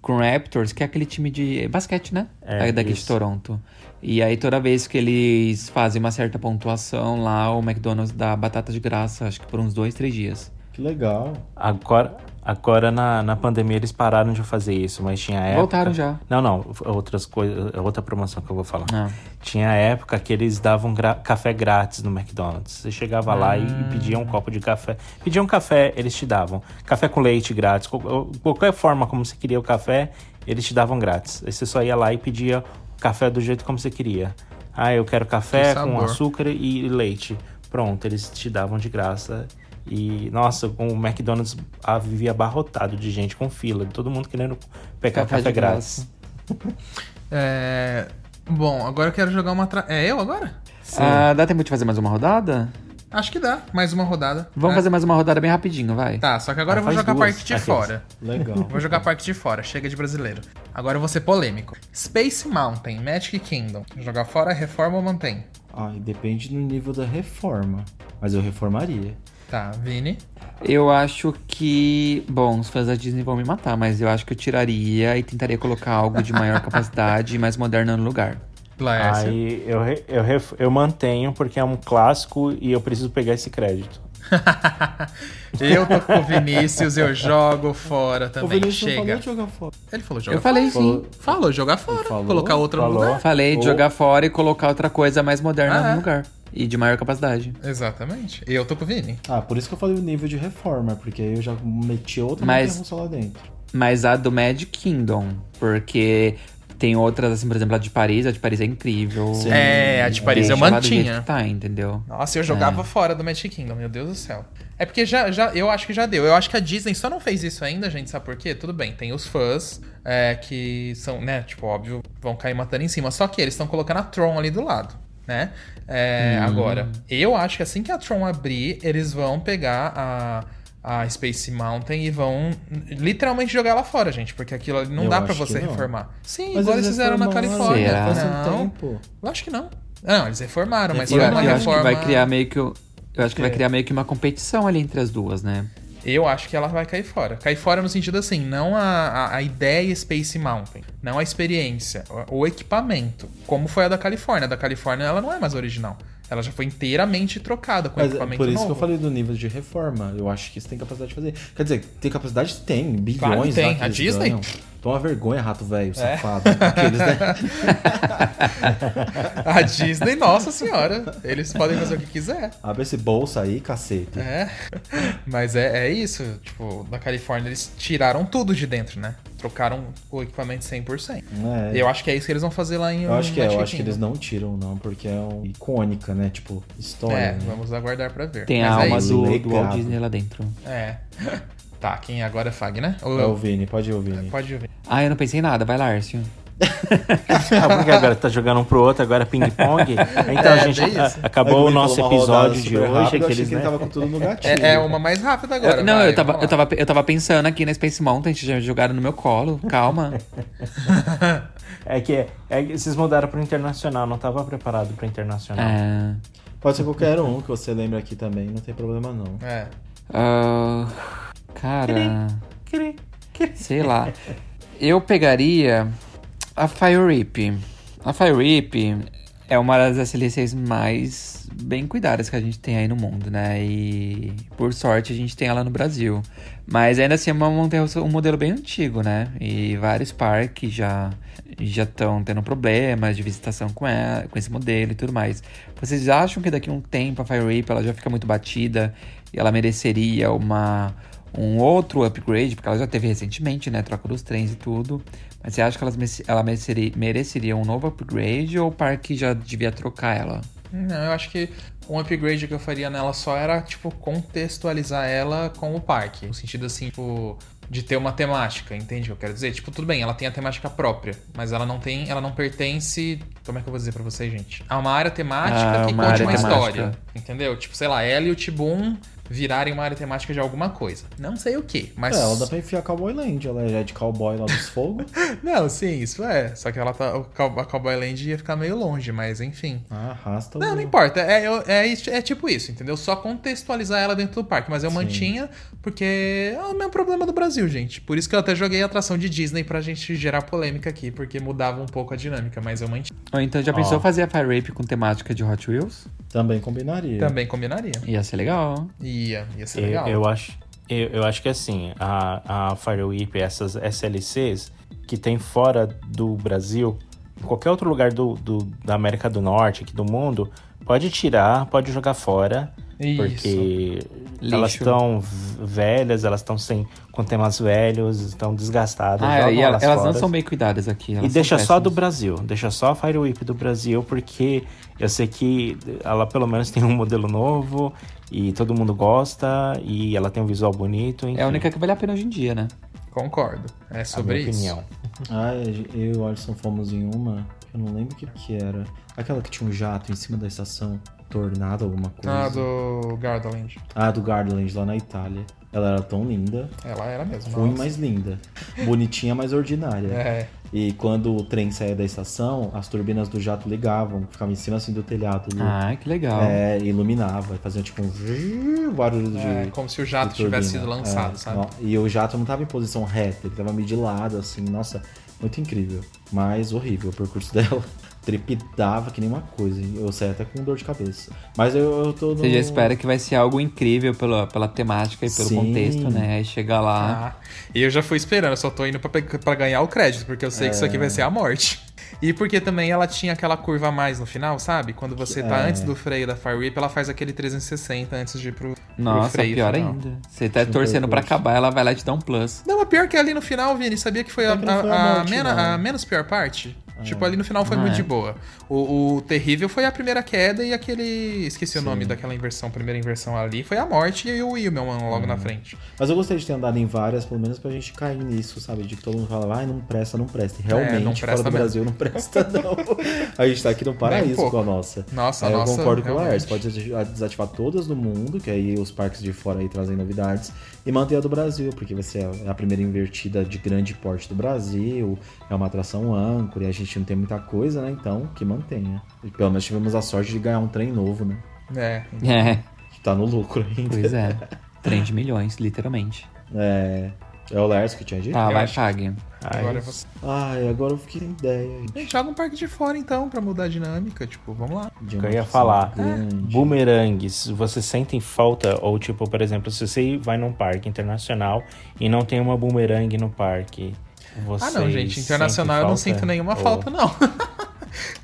D: com Raptors, que é aquele time de basquete, né?
C: É,
D: É, daqui de
C: isso.
D: Toronto. E aí toda vez que eles fazem uma certa pontuação lá, o McDonald's dá batata de graça, acho que por uns dois, três dias.
F: Que legal.
C: Agora, agora na, na pandemia eles pararam de fazer isso, mas tinha época.
D: Voltaram já.
C: Não, não, outras coisas, outra promoção que eu vou falar.
D: Ah.
C: Tinha época que eles davam gra- café grátis no McDonald's. Você chegava lá e, e
D: Ah.
C: pedia um copo de café. Pedia um café, eles te davam. Café com leite grátis. qual- ou- Qualquer forma como você queria o café, eles te davam grátis. Aí você só ia lá e pedia o café do jeito como você queria. Ah, eu quero café
B: Que
C: com
B: sabor.
C: açúcar e leite. Pronto, eles te davam de graça. E, nossa, o McDonald's ah, vivia abarrotado de gente com fila, todo mundo querendo pegar
D: Café
C: café,
D: de
C: grátis.
B: É... Bom, agora eu quero jogar uma. Tra... É eu agora?
D: Ah, dá tempo de fazer mais uma rodada?
B: Acho que dá. Mais uma rodada.
D: Vamos
B: É.
D: fazer mais uma rodada bem rapidinho, vai.
B: Tá, só que agora
C: Ah,
B: eu vou
C: faz
B: jogar a
C: duas.
B: parte de
C: Aqueles. [laughs]
B: fora.
F: Legal.
B: Vou jogar parte de fora, chega de brasileiro. Agora eu vou ser polêmico. Space Mountain, Magic Kingdom. Jogar fora, reforma ou mantém?
F: Ai, Ah, depende do nível da reforma. Mas eu reformaria.
B: Tá, Vini.
D: Eu acho que. Bom, os fãs da Disney vão me matar, mas eu acho que eu tiraria e tentaria colocar algo de maior [laughs] capacidade e mais moderno no lugar. É,
B: Laércio.
C: Aí eu, re- eu, ref- eu mantenho porque é um clássico e eu preciso pegar esse crédito.
B: [laughs] eu tô com o Vinícius, eu jogo fora
F: O
B: também.
F: Vinícius não
B: Chega.
F: falou de jogar fora.
B: Ele falou jogar
D: Eu falei sim.
B: fora. Falou jogar fora.
F: Falou?
B: Colocar outra no
C: Falou.
B: lugar.
D: Falei de
C: Ou-
D: jogar fora e colocar outra coisa mais moderna
B: Ah, é.
D: no lugar. E de maior capacidade.
B: Exatamente. Eu tô com o Vini.
F: Ah, por isso que eu falei o nível de reforma, porque aí eu já meti outra
D: Mas-
F: montanha-russa lá dentro.
B: um
D: Mas a do Magic Kingdom, porque tem outras, assim, por exemplo, a de Paris, a de Paris é incrível.
F: Sim.
B: É, a de Paris eu
D: Deixa ela do jeito
B: mantinha.
D: que Tá, entendeu?
B: Nossa, eu
F: É.
B: jogava fora do Magic Kingdom, meu Deus do céu. É porque já, já, eu acho que já deu. Eu acho que a Disney só não fez isso ainda, gente, sabe por quê? Tudo bem, tem os fãs é, que são, né, tipo, óbvio, vão cair matando em cima. Só que eles estão colocando a Tron ali do lado, né?
F: Hum.
B: É, Agora, eu acho que assim que a Tron abrir, eles vão pegar a, a Space Mountain e vão literalmente jogar lá fora, gente. Porque aquilo ali não
F: Eu
B: dá pra
F: acho que
B: você
F: não.
B: reformar. Sim, igual eles fizeram na
F: reformaram,
B: Califórnia.
D: Será?
F: Faz um
B: Não,
F: tempo.
B: eu acho que não. Não, eles reformaram, mas
D: E eu,
B: foi uma
D: eu acho que
B: reforma. É.
D: vai criar meio que. o- Eu acho que vai criar meio que uma competição ali entre as duas, né?
B: Eu acho que ela vai cair fora. Cair fora no sentido assim, não a, a, a ideia Space Mountain, não a experiência, o, o equipamento. Como foi a da Califórnia. A da Califórnia ela não é mais original. Ela já foi inteiramente trocada com
F: Mas é
B: equipamento
F: por isso
B: novo.
F: que eu falei do nível de reforma. Eu acho que isso tem capacidade de fazer. Quer dizer, tem capacidade? Tem. Bilhões
B: Claro que tem.
F: lá que
B: A
F: eles
B: Disney? É.
F: ganham. Toma vergonha, rato velho,
B: [laughs]
F: safado. Aqueles, né?
B: [laughs] A Disney, nossa senhora, eles podem fazer o que quiser.
F: Abre esse bolso aí, cacete.
B: É. [laughs] Mas é, é isso. Tipo, na Califórnia eles tiraram tudo de dentro, né? Trocaram o equipamento 100%.
F: É.
B: Eu acho que é isso que eles vão fazer lá em
F: Eu acho que é, eu
B: Magic
F: acho que
B: Kingdom.
F: eles não tiram, não, porque é um icônica, né? Tipo, história.
B: É,
F: né?
B: vamos aguardar pra ver.
D: Tem
B: Mas
D: a
B: é
D: alma
B: isso.
D: do, do
F: Legado.
D: Walt Disney lá dentro.
B: É. [laughs] Tá, quem agora é Fag, né? Ou
F: É o
B: eu?
F: Vini, pode ir, o Vini.
B: Pode ouvir.
D: Ah, eu não pensei em nada. Vai, Lárcio.
C: Ah, porque agora tá jogando um pro outro, agora é
D: [laughs]
C: ping-pong. [laughs] Então,
B: É,
C: gente,
B: bem
C: a-
B: isso.
F: Aí
C: acabou
F: o
C: o
F: Vini
C: nosso
F: falou uma rodada
C: episódio de
F: super
C: hoje.
F: rápida, eu achei
C: aqueles,
F: que ele
C: né?
F: tava com [laughs] tudo no gatilho.
B: É, é uma mais rápida agora.
D: Eu- não,
B: vai,
D: eu, tava,
B: vamos
D: eu,
B: lá.
D: tava, eu tava pensando aqui na Space Mountain, já jogaram no meu colo,
B: [laughs]
D: calma.
C: É que, é que vocês mudaram pro internacional, não tava preparado pro internacional.
D: É,
F: [laughs] Pode ser qualquer um que você lembra aqui também, não tem problema não.
B: É.
D: ah, cara, sei lá. Eu pegaria a Fire Rip. A Fire Rip É uma das SLCs mais bem cuidadas que a gente tem aí no mundo, né? E por sorte a gente tem ela no Brasil. Mas ainda assim é uma montanha um modelo bem antigo, né? E vários parques já já estão tendo problemas de visitação com ela, com esse modelo e tudo mais. Vocês acham que daqui a um tempo a Fire Rip ela já fica muito batida e ela mereceria uma um outro upgrade, porque ela já teve recentemente, né? Troca dos trens e tudo. Mas você acha que elas, ela mereceria, mereceria um novo upgrade ou o parque já devia trocar ela?
B: Não, eu acho que um upgrade que eu faria nela só era, tipo, contextualizar ela com o parque. No sentido, assim, tipo, de ter uma temática, entende o que eu quero dizer? Tipo, tudo bem, ela tem a temática própria, mas ela não tem, ela não pertence, como é que eu vou dizer para vocês, gente? A uma área temática
D: Ah,
B: que
D: uma
B: conte
D: área
B: uma
D: temática.
B: história, entendeu? Tipo, sei lá, ela e o Tibum virarem uma área temática de alguma coisa. Não sei o que, mas
F: É, ela dá pra enfiar Cowboy Land, ela já é de cowboy lá dos [laughs] fogos.
B: Não, sim, isso é. Só que ela tá, o Cow- a Cowboy Land ia ficar meio longe, mas enfim.
F: ah, Arrasta o.
B: Não, não importa. É, eu- é, isso- é tipo isso, entendeu? Só contextualizar ela dentro do parque. Mas eu mantinha porque é o mesmo problema do Brasil, gente. Por isso que eu até joguei a atração de Disney pra gente gerar polêmica aqui, porque mudava um pouco a dinâmica, mas eu mantinha.
D: Ou então já
F: Ó.
D: pensou fazer a Fire Rape com temática de Hot Wheels?
F: Também combinaria.
B: Também combinaria.
D: Ia ser legal.
B: Ia, ia ser
C: Eu-
B: legal.
C: Eu, acho, eu, eu acho que assim, a, a Fire Whip, essas SLCs que tem fora do Brasil, em qualquer outro lugar do, do- da América do Norte, aqui do mundo, pode tirar, pode jogar fora.
B: Isso.
C: Porque elas
D: Lixo.
C: estão v- velhas, elas estão sem com temas velhos, estão desgastadas.
D: Ah,
C: jogam
D: e ela- elas, não
C: fora.
D: são bem cuidadas aqui. elas
C: E
D: são
C: deixa só
D: péssimas.
C: do Brasil, deixa só a Fire Whip do Brasil, porque eu sei que ela pelo menos tem um modelo novo e todo mundo gosta e ela tem um visual bonito. Enfim,
D: É a única que vale a pena hoje em dia, né?
B: Concordo. É
C: a minha
B: sobre isso.
C: opinião.
F: Ai, Ah, é, eu e o Alisson fomos em uma, eu não lembro o que, que era. Aquela que tinha um jato em cima da estação, tornado, alguma coisa.
B: Ah, do Gardaland.
F: Ah, do Garland lá na Itália. Ela era tão linda.
B: Ela era mesmo.
F: Ruim,
B: nossa.
F: mas linda. Bonitinha, mas ordinária.
B: É.
F: E quando o trem saía da estação, as turbinas do jato ligavam, ficavam em cima assim do telhado.
C: Hum.
F: né?
D: Ah, que legal.
F: É, e iluminava, fazia tipo um zzzz barulho de.
B: É, como se o jato
F: de turbina.
B: tivesse sido lançado,
F: É,
B: sabe?
F: ó, E o jato não tava em posição reta, ele tava meio de lado, assim, nossa, muito incrível. Mas horrível o percurso [laughs] dela. Trepidava que nem uma coisa, hein? eu saí até com dor de cabeça. Mas eu, eu tô no.
D: Você já espera que vai ser algo incrível pela, pela temática e pelo
F: Sim.
D: contexto, né? Aí chega lá.
B: Ah, e eu já fui esperando, eu só tô indo pra, pe- pra ganhar o crédito, porque eu sei que isso aqui vai ser a morte. E porque também ela tinha aquela curva a mais no final, sabe? Quando você tá
F: É.
B: antes do freio da Fire Whip, ela faz aquele 360 antes de ir pro, pro
D: Nossa,
B: freio.
D: pior
B: final.
D: ainda. Você tá torcendo pra
F: percurso.
D: acabar, ela vai lá te dar um plus.
B: Não, mas pior que ali no final, Vini, sabia que foi a,
F: É que não foi a
B: a- a
F: morte,
B: mena-
F: não.
B: a menos pior parte? Tipo, ali no final foi
D: Ah,
B: muito
D: é.
B: de boa. O, o terrível foi a primeira queda e aquele. Esqueci o nome daquela inversão, primeira inversão ali. Foi a morte e o Willman logo na frente.
F: Mas eu gostei de ter andado em várias, pelo menos pra gente cair nisso, sabe? De que todo mundo fala, ai, não presta, não presta. E Realmente,
B: É, não
F: fora
B: presta
F: do
B: mesmo.
F: Brasil não presta, [laughs] não. a gente tá aqui no paraíso
B: pouco.
F: com a nossa.
B: Nossa,
F: Aí
B: nossa.
F: É, eu concordo com o
B: realmente.
F: Laércio. Pode des- desativar todas no mundo, que aí os parques de fora aí trazem novidades, e manter a do Brasil, porque vai ser a- a primeira invertida de grande porte do Brasil, é uma atração âncora, e a gente não tem muita coisa, né? Então, que mantenha. E pelo menos tivemos a sorte de ganhar um trem novo, né?
B: É,
D: É,
F: Que tá no lucro ainda.
D: pois é. Trem de milhões, literalmente.
F: É, é o Laércio que tinha dito?
D: Tá,
B: Eu
D: vai,
B: acho-
D: pague.
B: agora você.
F: Ai, agora eu fiquei sem ideia, gente.
B: Gente, Joga um parque de fora então, pra mudar a dinâmica. Tipo, vamos lá.
F: de
C: Eu
F: uma
C: ia
F: opção
C: falar.
B: É,
F: grande.
C: Boomerangues, você sentem falta? Ou, tipo, por exemplo, se você vai num parque internacional e não tem uma boomerang no parque.
B: Ah,
C: Vocês
B: não, gente. Internacional eu não sinto nenhuma falta, não. [laughs]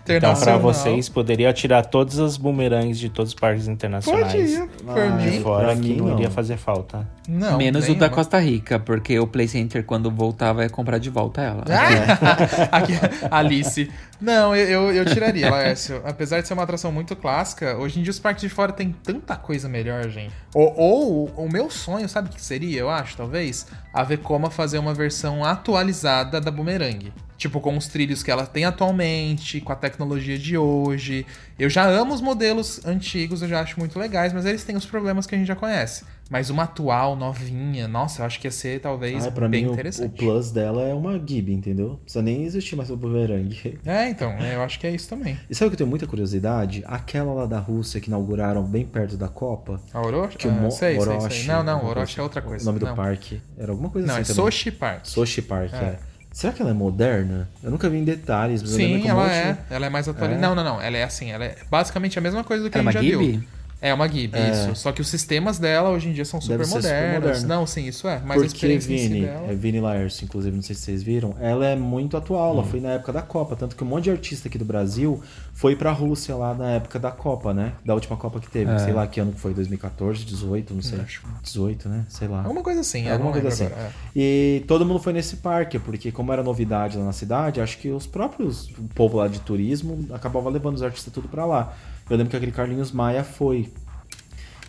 C: Então, pra
B: Internacional.
C: vocês, poderia tirar todas as boomerangs de todos os parques internacionais.
B: Podia, por
F: Ah,
C: De
B: mim.
C: fora
F: Pra
C: que
F: mim,
C: não
F: não.
C: iria fazer falta.
B: Não. é
D: Menos o
B: nenhuma.
D: da Costa Rica, porque o Play Center, quando voltar, vai comprar de volta ela.
B: Ah! [laughs] Aqui, Alice. Não, eu, eu, eu tiraria, Laércio. Apesar de ser uma atração muito clássica, hoje em dia os parques de fora tem tanta coisa melhor, gente. Ou, ou o meu sonho, sabe o que seria, eu acho, talvez? A Vekoma fazer uma versão atualizada da Boomerang. Tipo, com os trilhos que ela tem atualmente, com a tecnologia de hoje. Eu já amo os modelos antigos, eu já acho muito legais, mas eles têm os problemas que a gente já conhece. Mas uma atual, novinha, nossa, eu acho que ia ser talvez
F: Ah, pra
B: é bem
F: mim, o- o,
B: interessante.
F: plus dela é uma Gibi, entendeu? Não precisa nem existir mais o bumerangue. [laughs]
B: É, então, eu acho que é isso também.
F: E sabe o que eu tenho muita curiosidade? Aquela lá da Rússia que inauguraram bem perto da Copa.
B: A Orochi?
F: Que
B: ah,
F: o Mo-
B: sei, sei, sei,
F: Orochi-
B: Não, não, Orochi é outra coisa.
F: O nome
B: não.
F: do parque era alguma coisa
B: Não, é
F: assim. também.
B: Sochi Park.
F: Sochi Park, é.
B: É.
F: Será que ela é moderna? Eu nunca vi em detalhes, mas eu lembro
B: Sim,
F: que um
B: ela
F: monte-
B: é. Ela é mais atualizada.
F: É.
B: Não, não, não. Ela é assim. Ela é basicamente a mesma coisa do que
F: Ela
B: a
F: é
B: gente
F: uma
B: já
F: Gibi?
B: viu. É uma Gibi,
F: É.
B: isso. Só que os sistemas dela hoje em dia são super
F: Deve ser super
B: modernos.
F: moderna.
B: não, sim, isso é. Mas a
F: Porque
B: experiência em si
F: Vini,
B: dela.
F: é Vini Laércio, inclusive, não sei se vocês viram, ela é muito atual, ela foi na época da Copa, tanto que um monte de artista aqui do Brasil foi pra Rússia lá na época da Copa, né? Da última Copa que teve,
D: É.
F: sei lá que ano que foi, 2014, 18, não sei.
B: Acho.
F: 18, né? Sei lá.
B: Alguma coisa assim, eu
F: alguma
B: não
F: coisa
B: lembro
F: assim.
B: agora, é.
F: E todo mundo foi nesse parque, porque como era novidade lá na cidade, acho que os próprios o povo lá de turismo acabava levando os artistas tudo pra lá. Eu lembro que aquele Carlinhos Maia foi.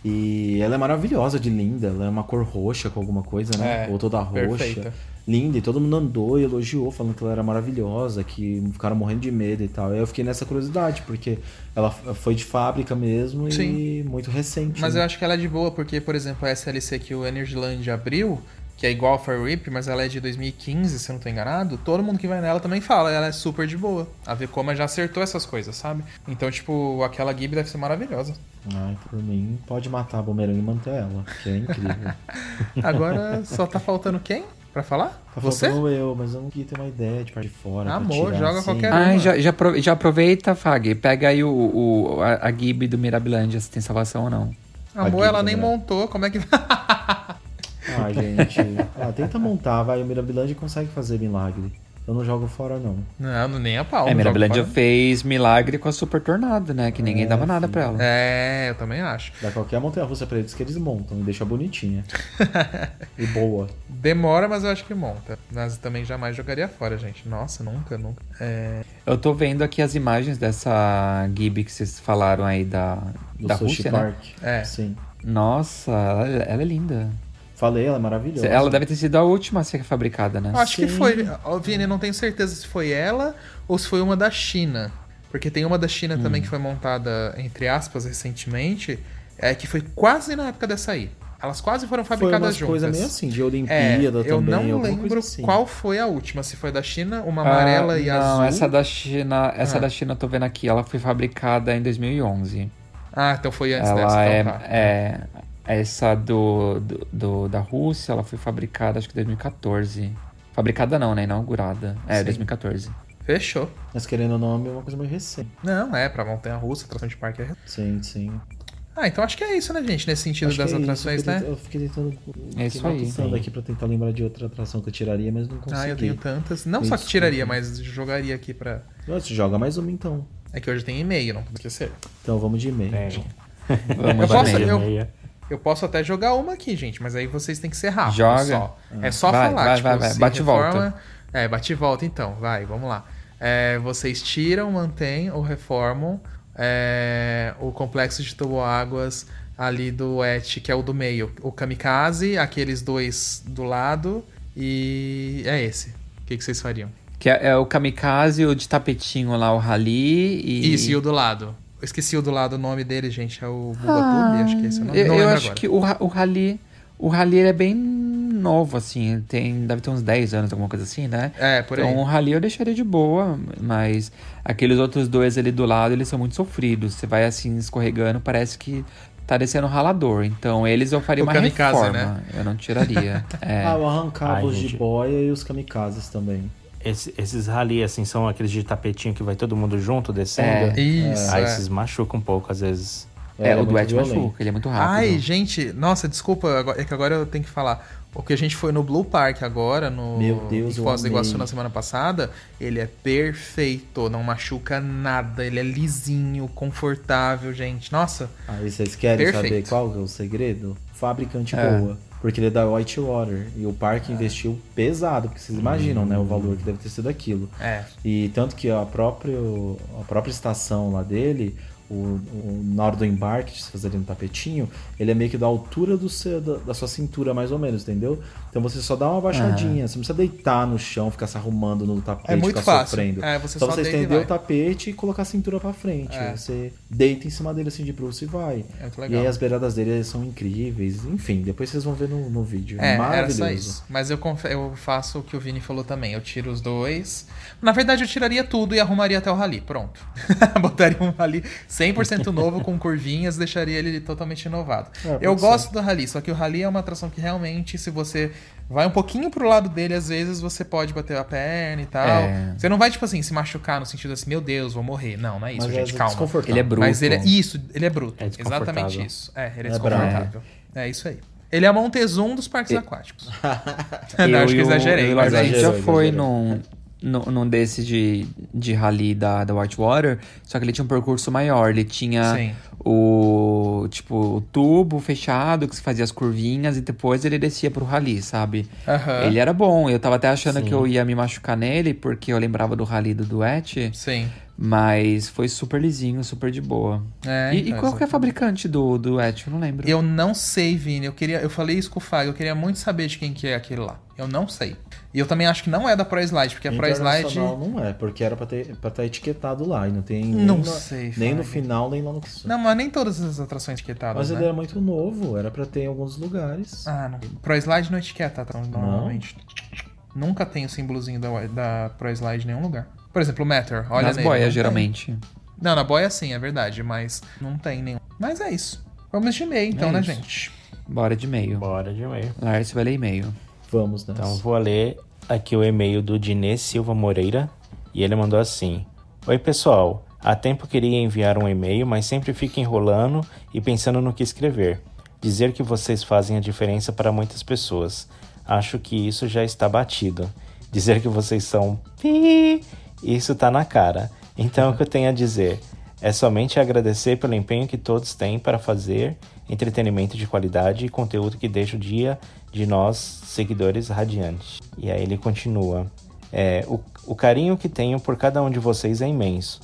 F: E ela é maravilhosa de linda, ela é uma cor roxa com alguma coisa, né?
B: É,
F: Ou toda roxa.
B: perfeita.
F: Linda, e todo mundo andou e elogiou, falando que ela era maravilhosa, que ficaram morrendo de medo e tal. E eu fiquei nessa curiosidade, porque ela f- foi de fábrica mesmo e
B: Sim.
F: muito recente.
B: Mas
F: né?
B: eu acho que ela é de boa, porque, por exemplo, a SLC que o Energyland abriu, que é igual a Fire Rip, mas ela é de 2015, se eu não tô enganado, todo mundo que vai nela também fala, ela é super de boa. A Vekoma já acertou essas coisas, sabe? Então, tipo, aquela Gibi deve ser maravilhosa.
F: Ai, por mim, pode matar a bumerangue e manter ela, que é
B: [laughs]
F: incrível.
B: Agora só tá faltando quem pra falar?
F: Tá
B: Você?
F: faltando eu, mas eu não queria ter uma ideia de parte de fora. pra
B: Amor,
F: tirar,
B: joga
F: assim.
B: qualquer
D: Ai, já, já, apro- já aproveita, Fag. Pega aí o, o- a, a Gibi do Mirabilândia, se tem salvação ou não.
B: Amor,
F: Aqui,
B: ela nem
F: Gabriel.
B: montou, como é que
F: [laughs] Ai, gente. Ah, tenta montar, vai. O Mirabilândia consegue fazer milagre. Eu não jogo fora, não.
B: [laughs] Não, não- nem a pau.
D: é,
B: não jogo
D: Mirabilândia
B: fora.
D: fez milagre com a Super Tornado, né? Que ninguém dava nada pra ela.
B: É, eu também acho.
F: Dá qualquer montanha russa pra eles que eles montam e deixa
B: [laughs]
F: bonitinha. e boa.
B: Demora, mas eu acho que monta. Mas também jamais jogaria fora, gente. Nossa, nunca, nunca. É,
D: Eu tô vendo aqui as imagens dessa Gibi que vocês falaram aí da,
F: Do
D: da
F: Sushi
D: Rússia, né?
F: Park.
B: É.
F: Sim.
D: Nossa, ela, ela é linda.
F: Falei, ela é maravilhosa.
D: Ela deve ter sido a última a ser fabricada, né?
B: eu acho que
F: Sim.
B: foi. Ó, Vini, não tenho certeza se foi ela ou se foi uma da China. Porque tem uma da China
F: Hum.
B: também que foi montada, entre aspas, recentemente. É que foi quase na época dessa aí. Elas quase foram
F: Foi
B: fabricadas
F: umas
B: juntas.
F: coisas meio assim, de
B: É,
F: Olimpíada também.
B: eu não
F: alguma coisa
B: lembro
F: assim.
B: qual foi a última, se foi da China, uma
D: Ah,
B: é amarela e
D: não,
B: azul.
D: essa da China, essa
B: Ah.
D: da China eu tô vendo aqui, ela foi fabricada em 2011.
B: Ah, então foi antes dessa,
D: Ela
B: então
D: é,
B: tá.
D: é- essa do, do, do- da Rússia, ela foi fabricada acho que em 2014. Fabricada não, né? Inaugurada. É,
B: Sim. [laughs]
D: 2014.
B: Fechou.
F: Mas querendo o nome, é uma coisa meio recente.
B: Não, é, pra montanha russa, atração de parque é.
F: Sim, sim.
B: Ah, então acho que é isso, né, gente? Nesse sentido
F: Acho que
B: das
F: é isso, eu
B: atrações, né?
F: fiquei tenta- Eu fiquei tentando. fiquei
D: É isso aí. então.
F: batucando aqui pra tentar lembrar de outra atração que eu tiraria, mas não consegui.
B: Ah, eu tenho tantas. Não
F: Me
B: só que
F: desculpa.
B: tiraria, mas jogaria aqui pra.
F: Nossa, joga mais uma então.
B: É que hoje tem e-mail, não pode esquecer.
F: Então vamos de e-mail.
D: É.
C: Tem.
D: Vamos
B: Eu
D: lá,
B: posso-
D: Meia.
B: eu-
C: Meia.
B: Eu posso até jogar uma aqui, gente, mas aí vocês têm que ser rápidos.
D: Joga.
B: Só. É só
D: Vai,
B: falar.
D: vai,
B: tipo,
D: vai, vai.
B: se
D: Bate e volta.
B: reforma- É, bate e volta então. Vai, vamos lá. É, vocês tiram, mantêm ou reformam é, o complexo de toboáguas ali do Et, que é o do meio. O kamikaze, aqueles dois do lado e é esse. O que, que vocês fariam?
D: Que é, é o kamikaze, o de tapetinho lá, o rally e.
B: Isso, e o do lado. Eu esqueci o do lado, o nome dele, gente. É o Bubatubi, acho que é esse o nome.
D: Ah, Eu,
B: não
D: eu
B: lembro
D: acho
B: agora.
D: que o, ra- o rally. O rally ele é bem novo, assim. ele Tem, deve ter uns 10 anos, alguma coisa assim, né?
B: É, por aí.
D: Então o rally eu deixaria de boa, mas aqueles outros dois ali do lado, eles são muito sofridos. Você vai assim escorregando, parece que tá descendo um ralador. Então eles eu faria
B: O
D: uma
B: kamikaze,
D: reforma.
B: né?
D: Eu
B: [laughs]
D: não tiraria. É.
F: Ah, eu arrancava
C: Ai,
F: os de
C: gente.
F: boia e os kamikazes também.
C: Esse- esses rali, assim, são aqueles de tapetinho que vai todo mundo junto descendo.
B: Isso.
C: Aí
B: é.
C: esses machucam um pouco, às vezes.
D: É, o
F: muito
D: duete
F: violento.
D: machuca, ele é muito rápido.
B: Ai, gente, nossa, desculpa, agora- é que agora eu tenho que falar. O que a gente foi no Blue Park agora, no
F: Meu Deus,
B: em
F: eu
B: Foz do
F: amei.
B: Iguaçu na semana passada, ele é perfeito, não machuca nada, ele é lisinho, confortável, gente. Nossa,
F: Aí vocês querem saber
B: Perfeito.
F: qual que é o segredo? Fabricante
D: É.
F: boa. Porque ele é da Whitewater. E o parque
B: É.
F: investiu pesado, porque vocês
D: Hum.
F: imaginam, né? O valor que deve ter sido aquilo.
B: é.
F: E tanto que a própria, a própria estação lá dele, o, o- na hora do embarque, de se fazer ali no tapetinho, ele é meio que da altura do seu, da, da sua cintura, mais ou menos, entendeu? Então você só dá uma baixadinha, você não precisa deitar no chão, ficar se arrumando no tapete,
B: Ah. É muito
F: ficar
B: fácil.
F: sofrendo.
B: É, você
F: só,
B: só
F: você
B: deita e
F: estender
B: vai.
F: o tapete e colocar a cintura pra frente.
B: É.
F: Você deita em cima dele assim de bruxo e vai.
B: É muito
F: E
B: legal.
F: aí as beiradas dele são incríveis. Enfim, depois vocês vão ver no, no vídeo.
B: É, era
F: Maravilhoso.
B: só isso. Mas eu, conf- eu faço o que o Vini falou também. Eu tiro os dois. Na verdade, eu tiraria tudo e arrumaria até o rally. Pronto. [laughs] Botaria um rally 100% novo com curvinhas deixaria ele totalmente inovado.
F: É,
B: eu
F: pode ser.
B: gosto do Rally, só que o Rally é uma atração que realmente, se você vai um pouquinho pro lado dele, às vezes você pode bater a perna e tal.
D: É.
B: Você não vai, tipo assim, se machucar no sentido assim, meu Deus, vou morrer. Não, não é isso,
F: Mas
B: gente,
F: é
B: calma.
F: desconfortável.
D: Ele é bruto.
B: Mas ele é, isso, ele é bruto.
C: É desconfortável.
B: Exatamente isso. É, ele
F: É
B: é, desconfortável. É isso aí. Ele é Montezum dos parques
D: E- [laughs]
B: aquáticos. [laughs] não, acho que
D: e o-
B: exagerei.
D: eu e o
B: mas
D: Lázaro,
B: é
D: a gente
B: isso.
D: já
F: exagerou,
D: foi
F: exagerou.
D: num, num, num desses de, de rally da, da Whitewater, só que ele tinha um percurso maior. Ele tinha
B: Sim.
D: o tipo o tubo fechado que se fazia as curvinhas e depois ele descia pro rally, sabe?
B: Aham.
D: Ele era bom. Eu tava até achando
C: Sim.
D: que eu ia me machucar nele porque eu lembrava do rally do Duete,
B: Sim.
D: mas foi super lisinho, super de boa.
B: É,
D: e, e
B: então,
D: qual que é a
B: exato.
D: fabricante do do Duete? Eu não lembro.
B: Eu não sei, Vini. Eu queria, eu falei isso com o Fag, eu queria muito saber de quem que é aquele lá. Eu não sei. E eu também acho que não é da Pro Slide, porque a Pro Slide
F: Internacional não é, porque era pra estar etiquetado lá e não tem.
B: Não
F: nem
B: sei,
F: Na, nem no
B: Fagner.
F: final, nem lá no que
B: Não, mas nem todas as atrações etiquetadas,
F: Mas
B: né?
F: ele é um- era muito novo, era pra ter em alguns lugares.
B: Ah, não. Pro Slide não etiqueta a atração normalmente. Nunca tem o símbolozinho da, da Pro Slide em nenhum lugar. Por exemplo, o Matter, olha
D: Nas
B: nele, não tem.
D: boias, geralmente.
B: Não, na boia sim, é verdade, mas não tem nenhum. Mas é isso. Vamos de e-mail então,
D: É
B: né,
D: isso.
B: gente?
D: Bora de e-mail.
C: Bora de e-mail.
D: Lars vai ler e-mail.
F: Vamos nessa.
C: Então vou ler aqui o e-mail do Dinê Silva Moreira e ele mandou assim: Oi pessoal, há tempo queria enviar um e-mail, mas sempre fico enrolando e pensando no que escrever. Dizer que vocês fazem a diferença para muitas pessoas. Acho que isso já está batido. Dizer que vocês são [laughs] pi, isso tá na cara. Então o que eu tenho a dizer é somente agradecer pelo empenho que todos têm para fazer entretenimento de qualidade e conteúdo que deixa o dia de nós, seguidores radiantes. E aí ele continua. É, o, o carinho que tenho por cada um de vocês é imenso.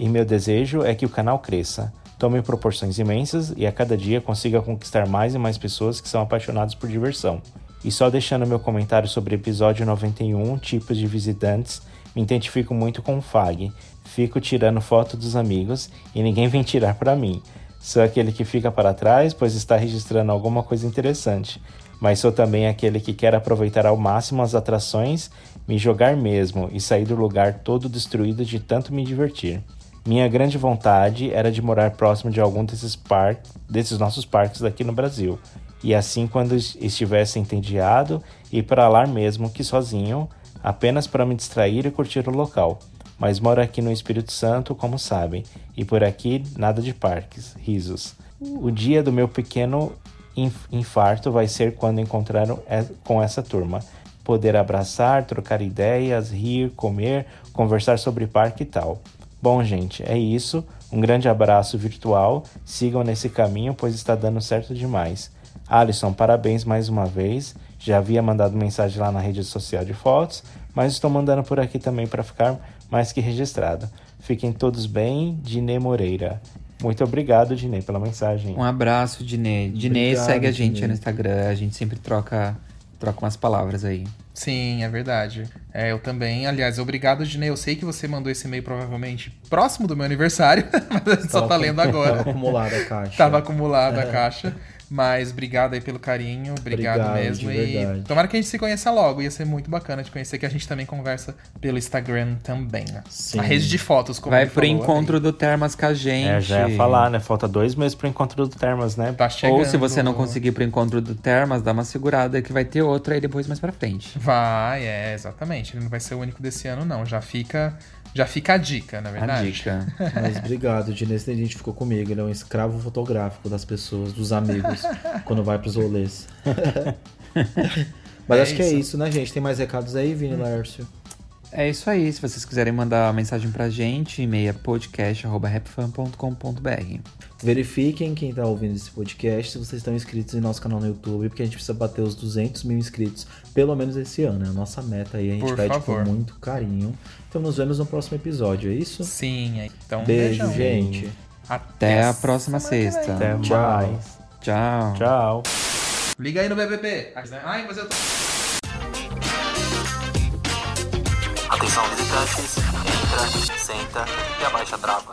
C: E meu desejo é que o canal cresça, tome proporções imensas e a cada dia consiga conquistar mais e mais pessoas que são apaixonadas por diversão. E só deixando meu comentário sobre o episódio 91, tipos de visitantes, me identifico muito com o Fag. Fico tirando foto dos amigos e ninguém vem tirar pra mim. Sou aquele que fica para trás, pois está registrando alguma coisa interessante. Mas sou também aquele que quer aproveitar ao máximo as atrações, me jogar mesmo e sair do lugar todo destruído de tanto me divertir. Minha grande vontade era de morar próximo de algum desses, par desses nossos parques aqui no Brasil. E assim, quando es- estivesse entediado, ir para lá mesmo que sozinho, apenas para me distrair e curtir o local. Mas moro aqui no Espírito Santo, como sabem, e por aqui nada de parques, risos. O dia do meu pequeno inf- infarto vai ser quando encontrar e- com essa turma. Poder abraçar, trocar ideias, rir, comer, conversar sobre parque e tal. Bom, gente, é isso. Um grande abraço virtual. Sigam nesse caminho, pois está dando certo demais. Alisson, parabéns mais uma vez. Já havia mandado mensagem lá na rede social de fotos, mas estou mandando por aqui também para ficar mais que registrado. Fiquem todos bem, Dinê Moreira. Muito obrigado, Dinê, pela mensagem.
D: Um abraço, Dinê. Dinê
F: Obrigado,
D: segue a gente
F: Dinê.
D: no Instagram, a gente sempre troca, troca umas palavras aí.
B: Sim, é verdade. É, eu também. Aliás, obrigado, Dinei. Eu sei que você mandou esse e-mail provavelmente próximo do meu aniversário, [laughs] mas a gente só
F: Tava
B: tá
F: acu-
B: lendo agora.
F: Tava
B: [laughs]
F: acumulada a caixa. É.
B: Tava acumulada a caixa. Mas obrigado aí pelo carinho, obrigado,
F: Obrigado,
B: mesmo.
F: de
B: E
F: verdade.
B: tomara que a gente se conheça logo. Ia ser muito bacana te conhecer, que a gente também conversa pelo Instagram também. né?
F: Sim.
B: A rede de fotos, como
D: Vai
B: ele
D: pro
B: falou,
D: encontro do Termas com a gente.
C: É, já ia falar, né? Falta dois meses pro encontro do Termas, né?
B: amei. Tá chegando.
D: Ou se você não conseguir pro encontro do Termas, dá uma segurada que vai ter outra aí depois mais pra frente.
B: Vai, é, exatamente. Ele não vai ser o único desse ano, não. Já fica, já fica a dica, na
D: A
B: verdade.
D: dica.
F: Mas obrigado, o Dinê se identificou comigo. Ele é um escravo fotográfico das pessoas, dos amigos, quando vai pros rolês. Mas
B: É
F: acho que é
B: isso.
F: isso, né, gente? Tem mais recados aí, Vini Lércio?
D: É isso aí. Se vocês quiserem mandar mensagem pra gente, e-mail é podcast.rapfan.com.br.
F: Verifiquem quem tá ouvindo esse podcast, se vocês estão inscritos em nosso canal no YouTube, porque a gente precisa bater os 200 mil inscritos, pelo menos esse ano. É a nossa meta aí, a gente
B: Por
F: pede
B: favor.
F: com muito carinho. Então nos vemos no próximo episódio, é isso?
B: Sim, é. então.
F: Beijo,
B: beijão.
F: gente.
D: Até a próxima
B: semana que vem.
D: sexta.
C: Até
F: Tchau.
C: mais.
D: Tchau.
C: Tchau.
B: Liga aí no BBB. Né? Ai, mas é eu tô...
E: Atenção, visitantes. Entra, senta e abaixa a trava.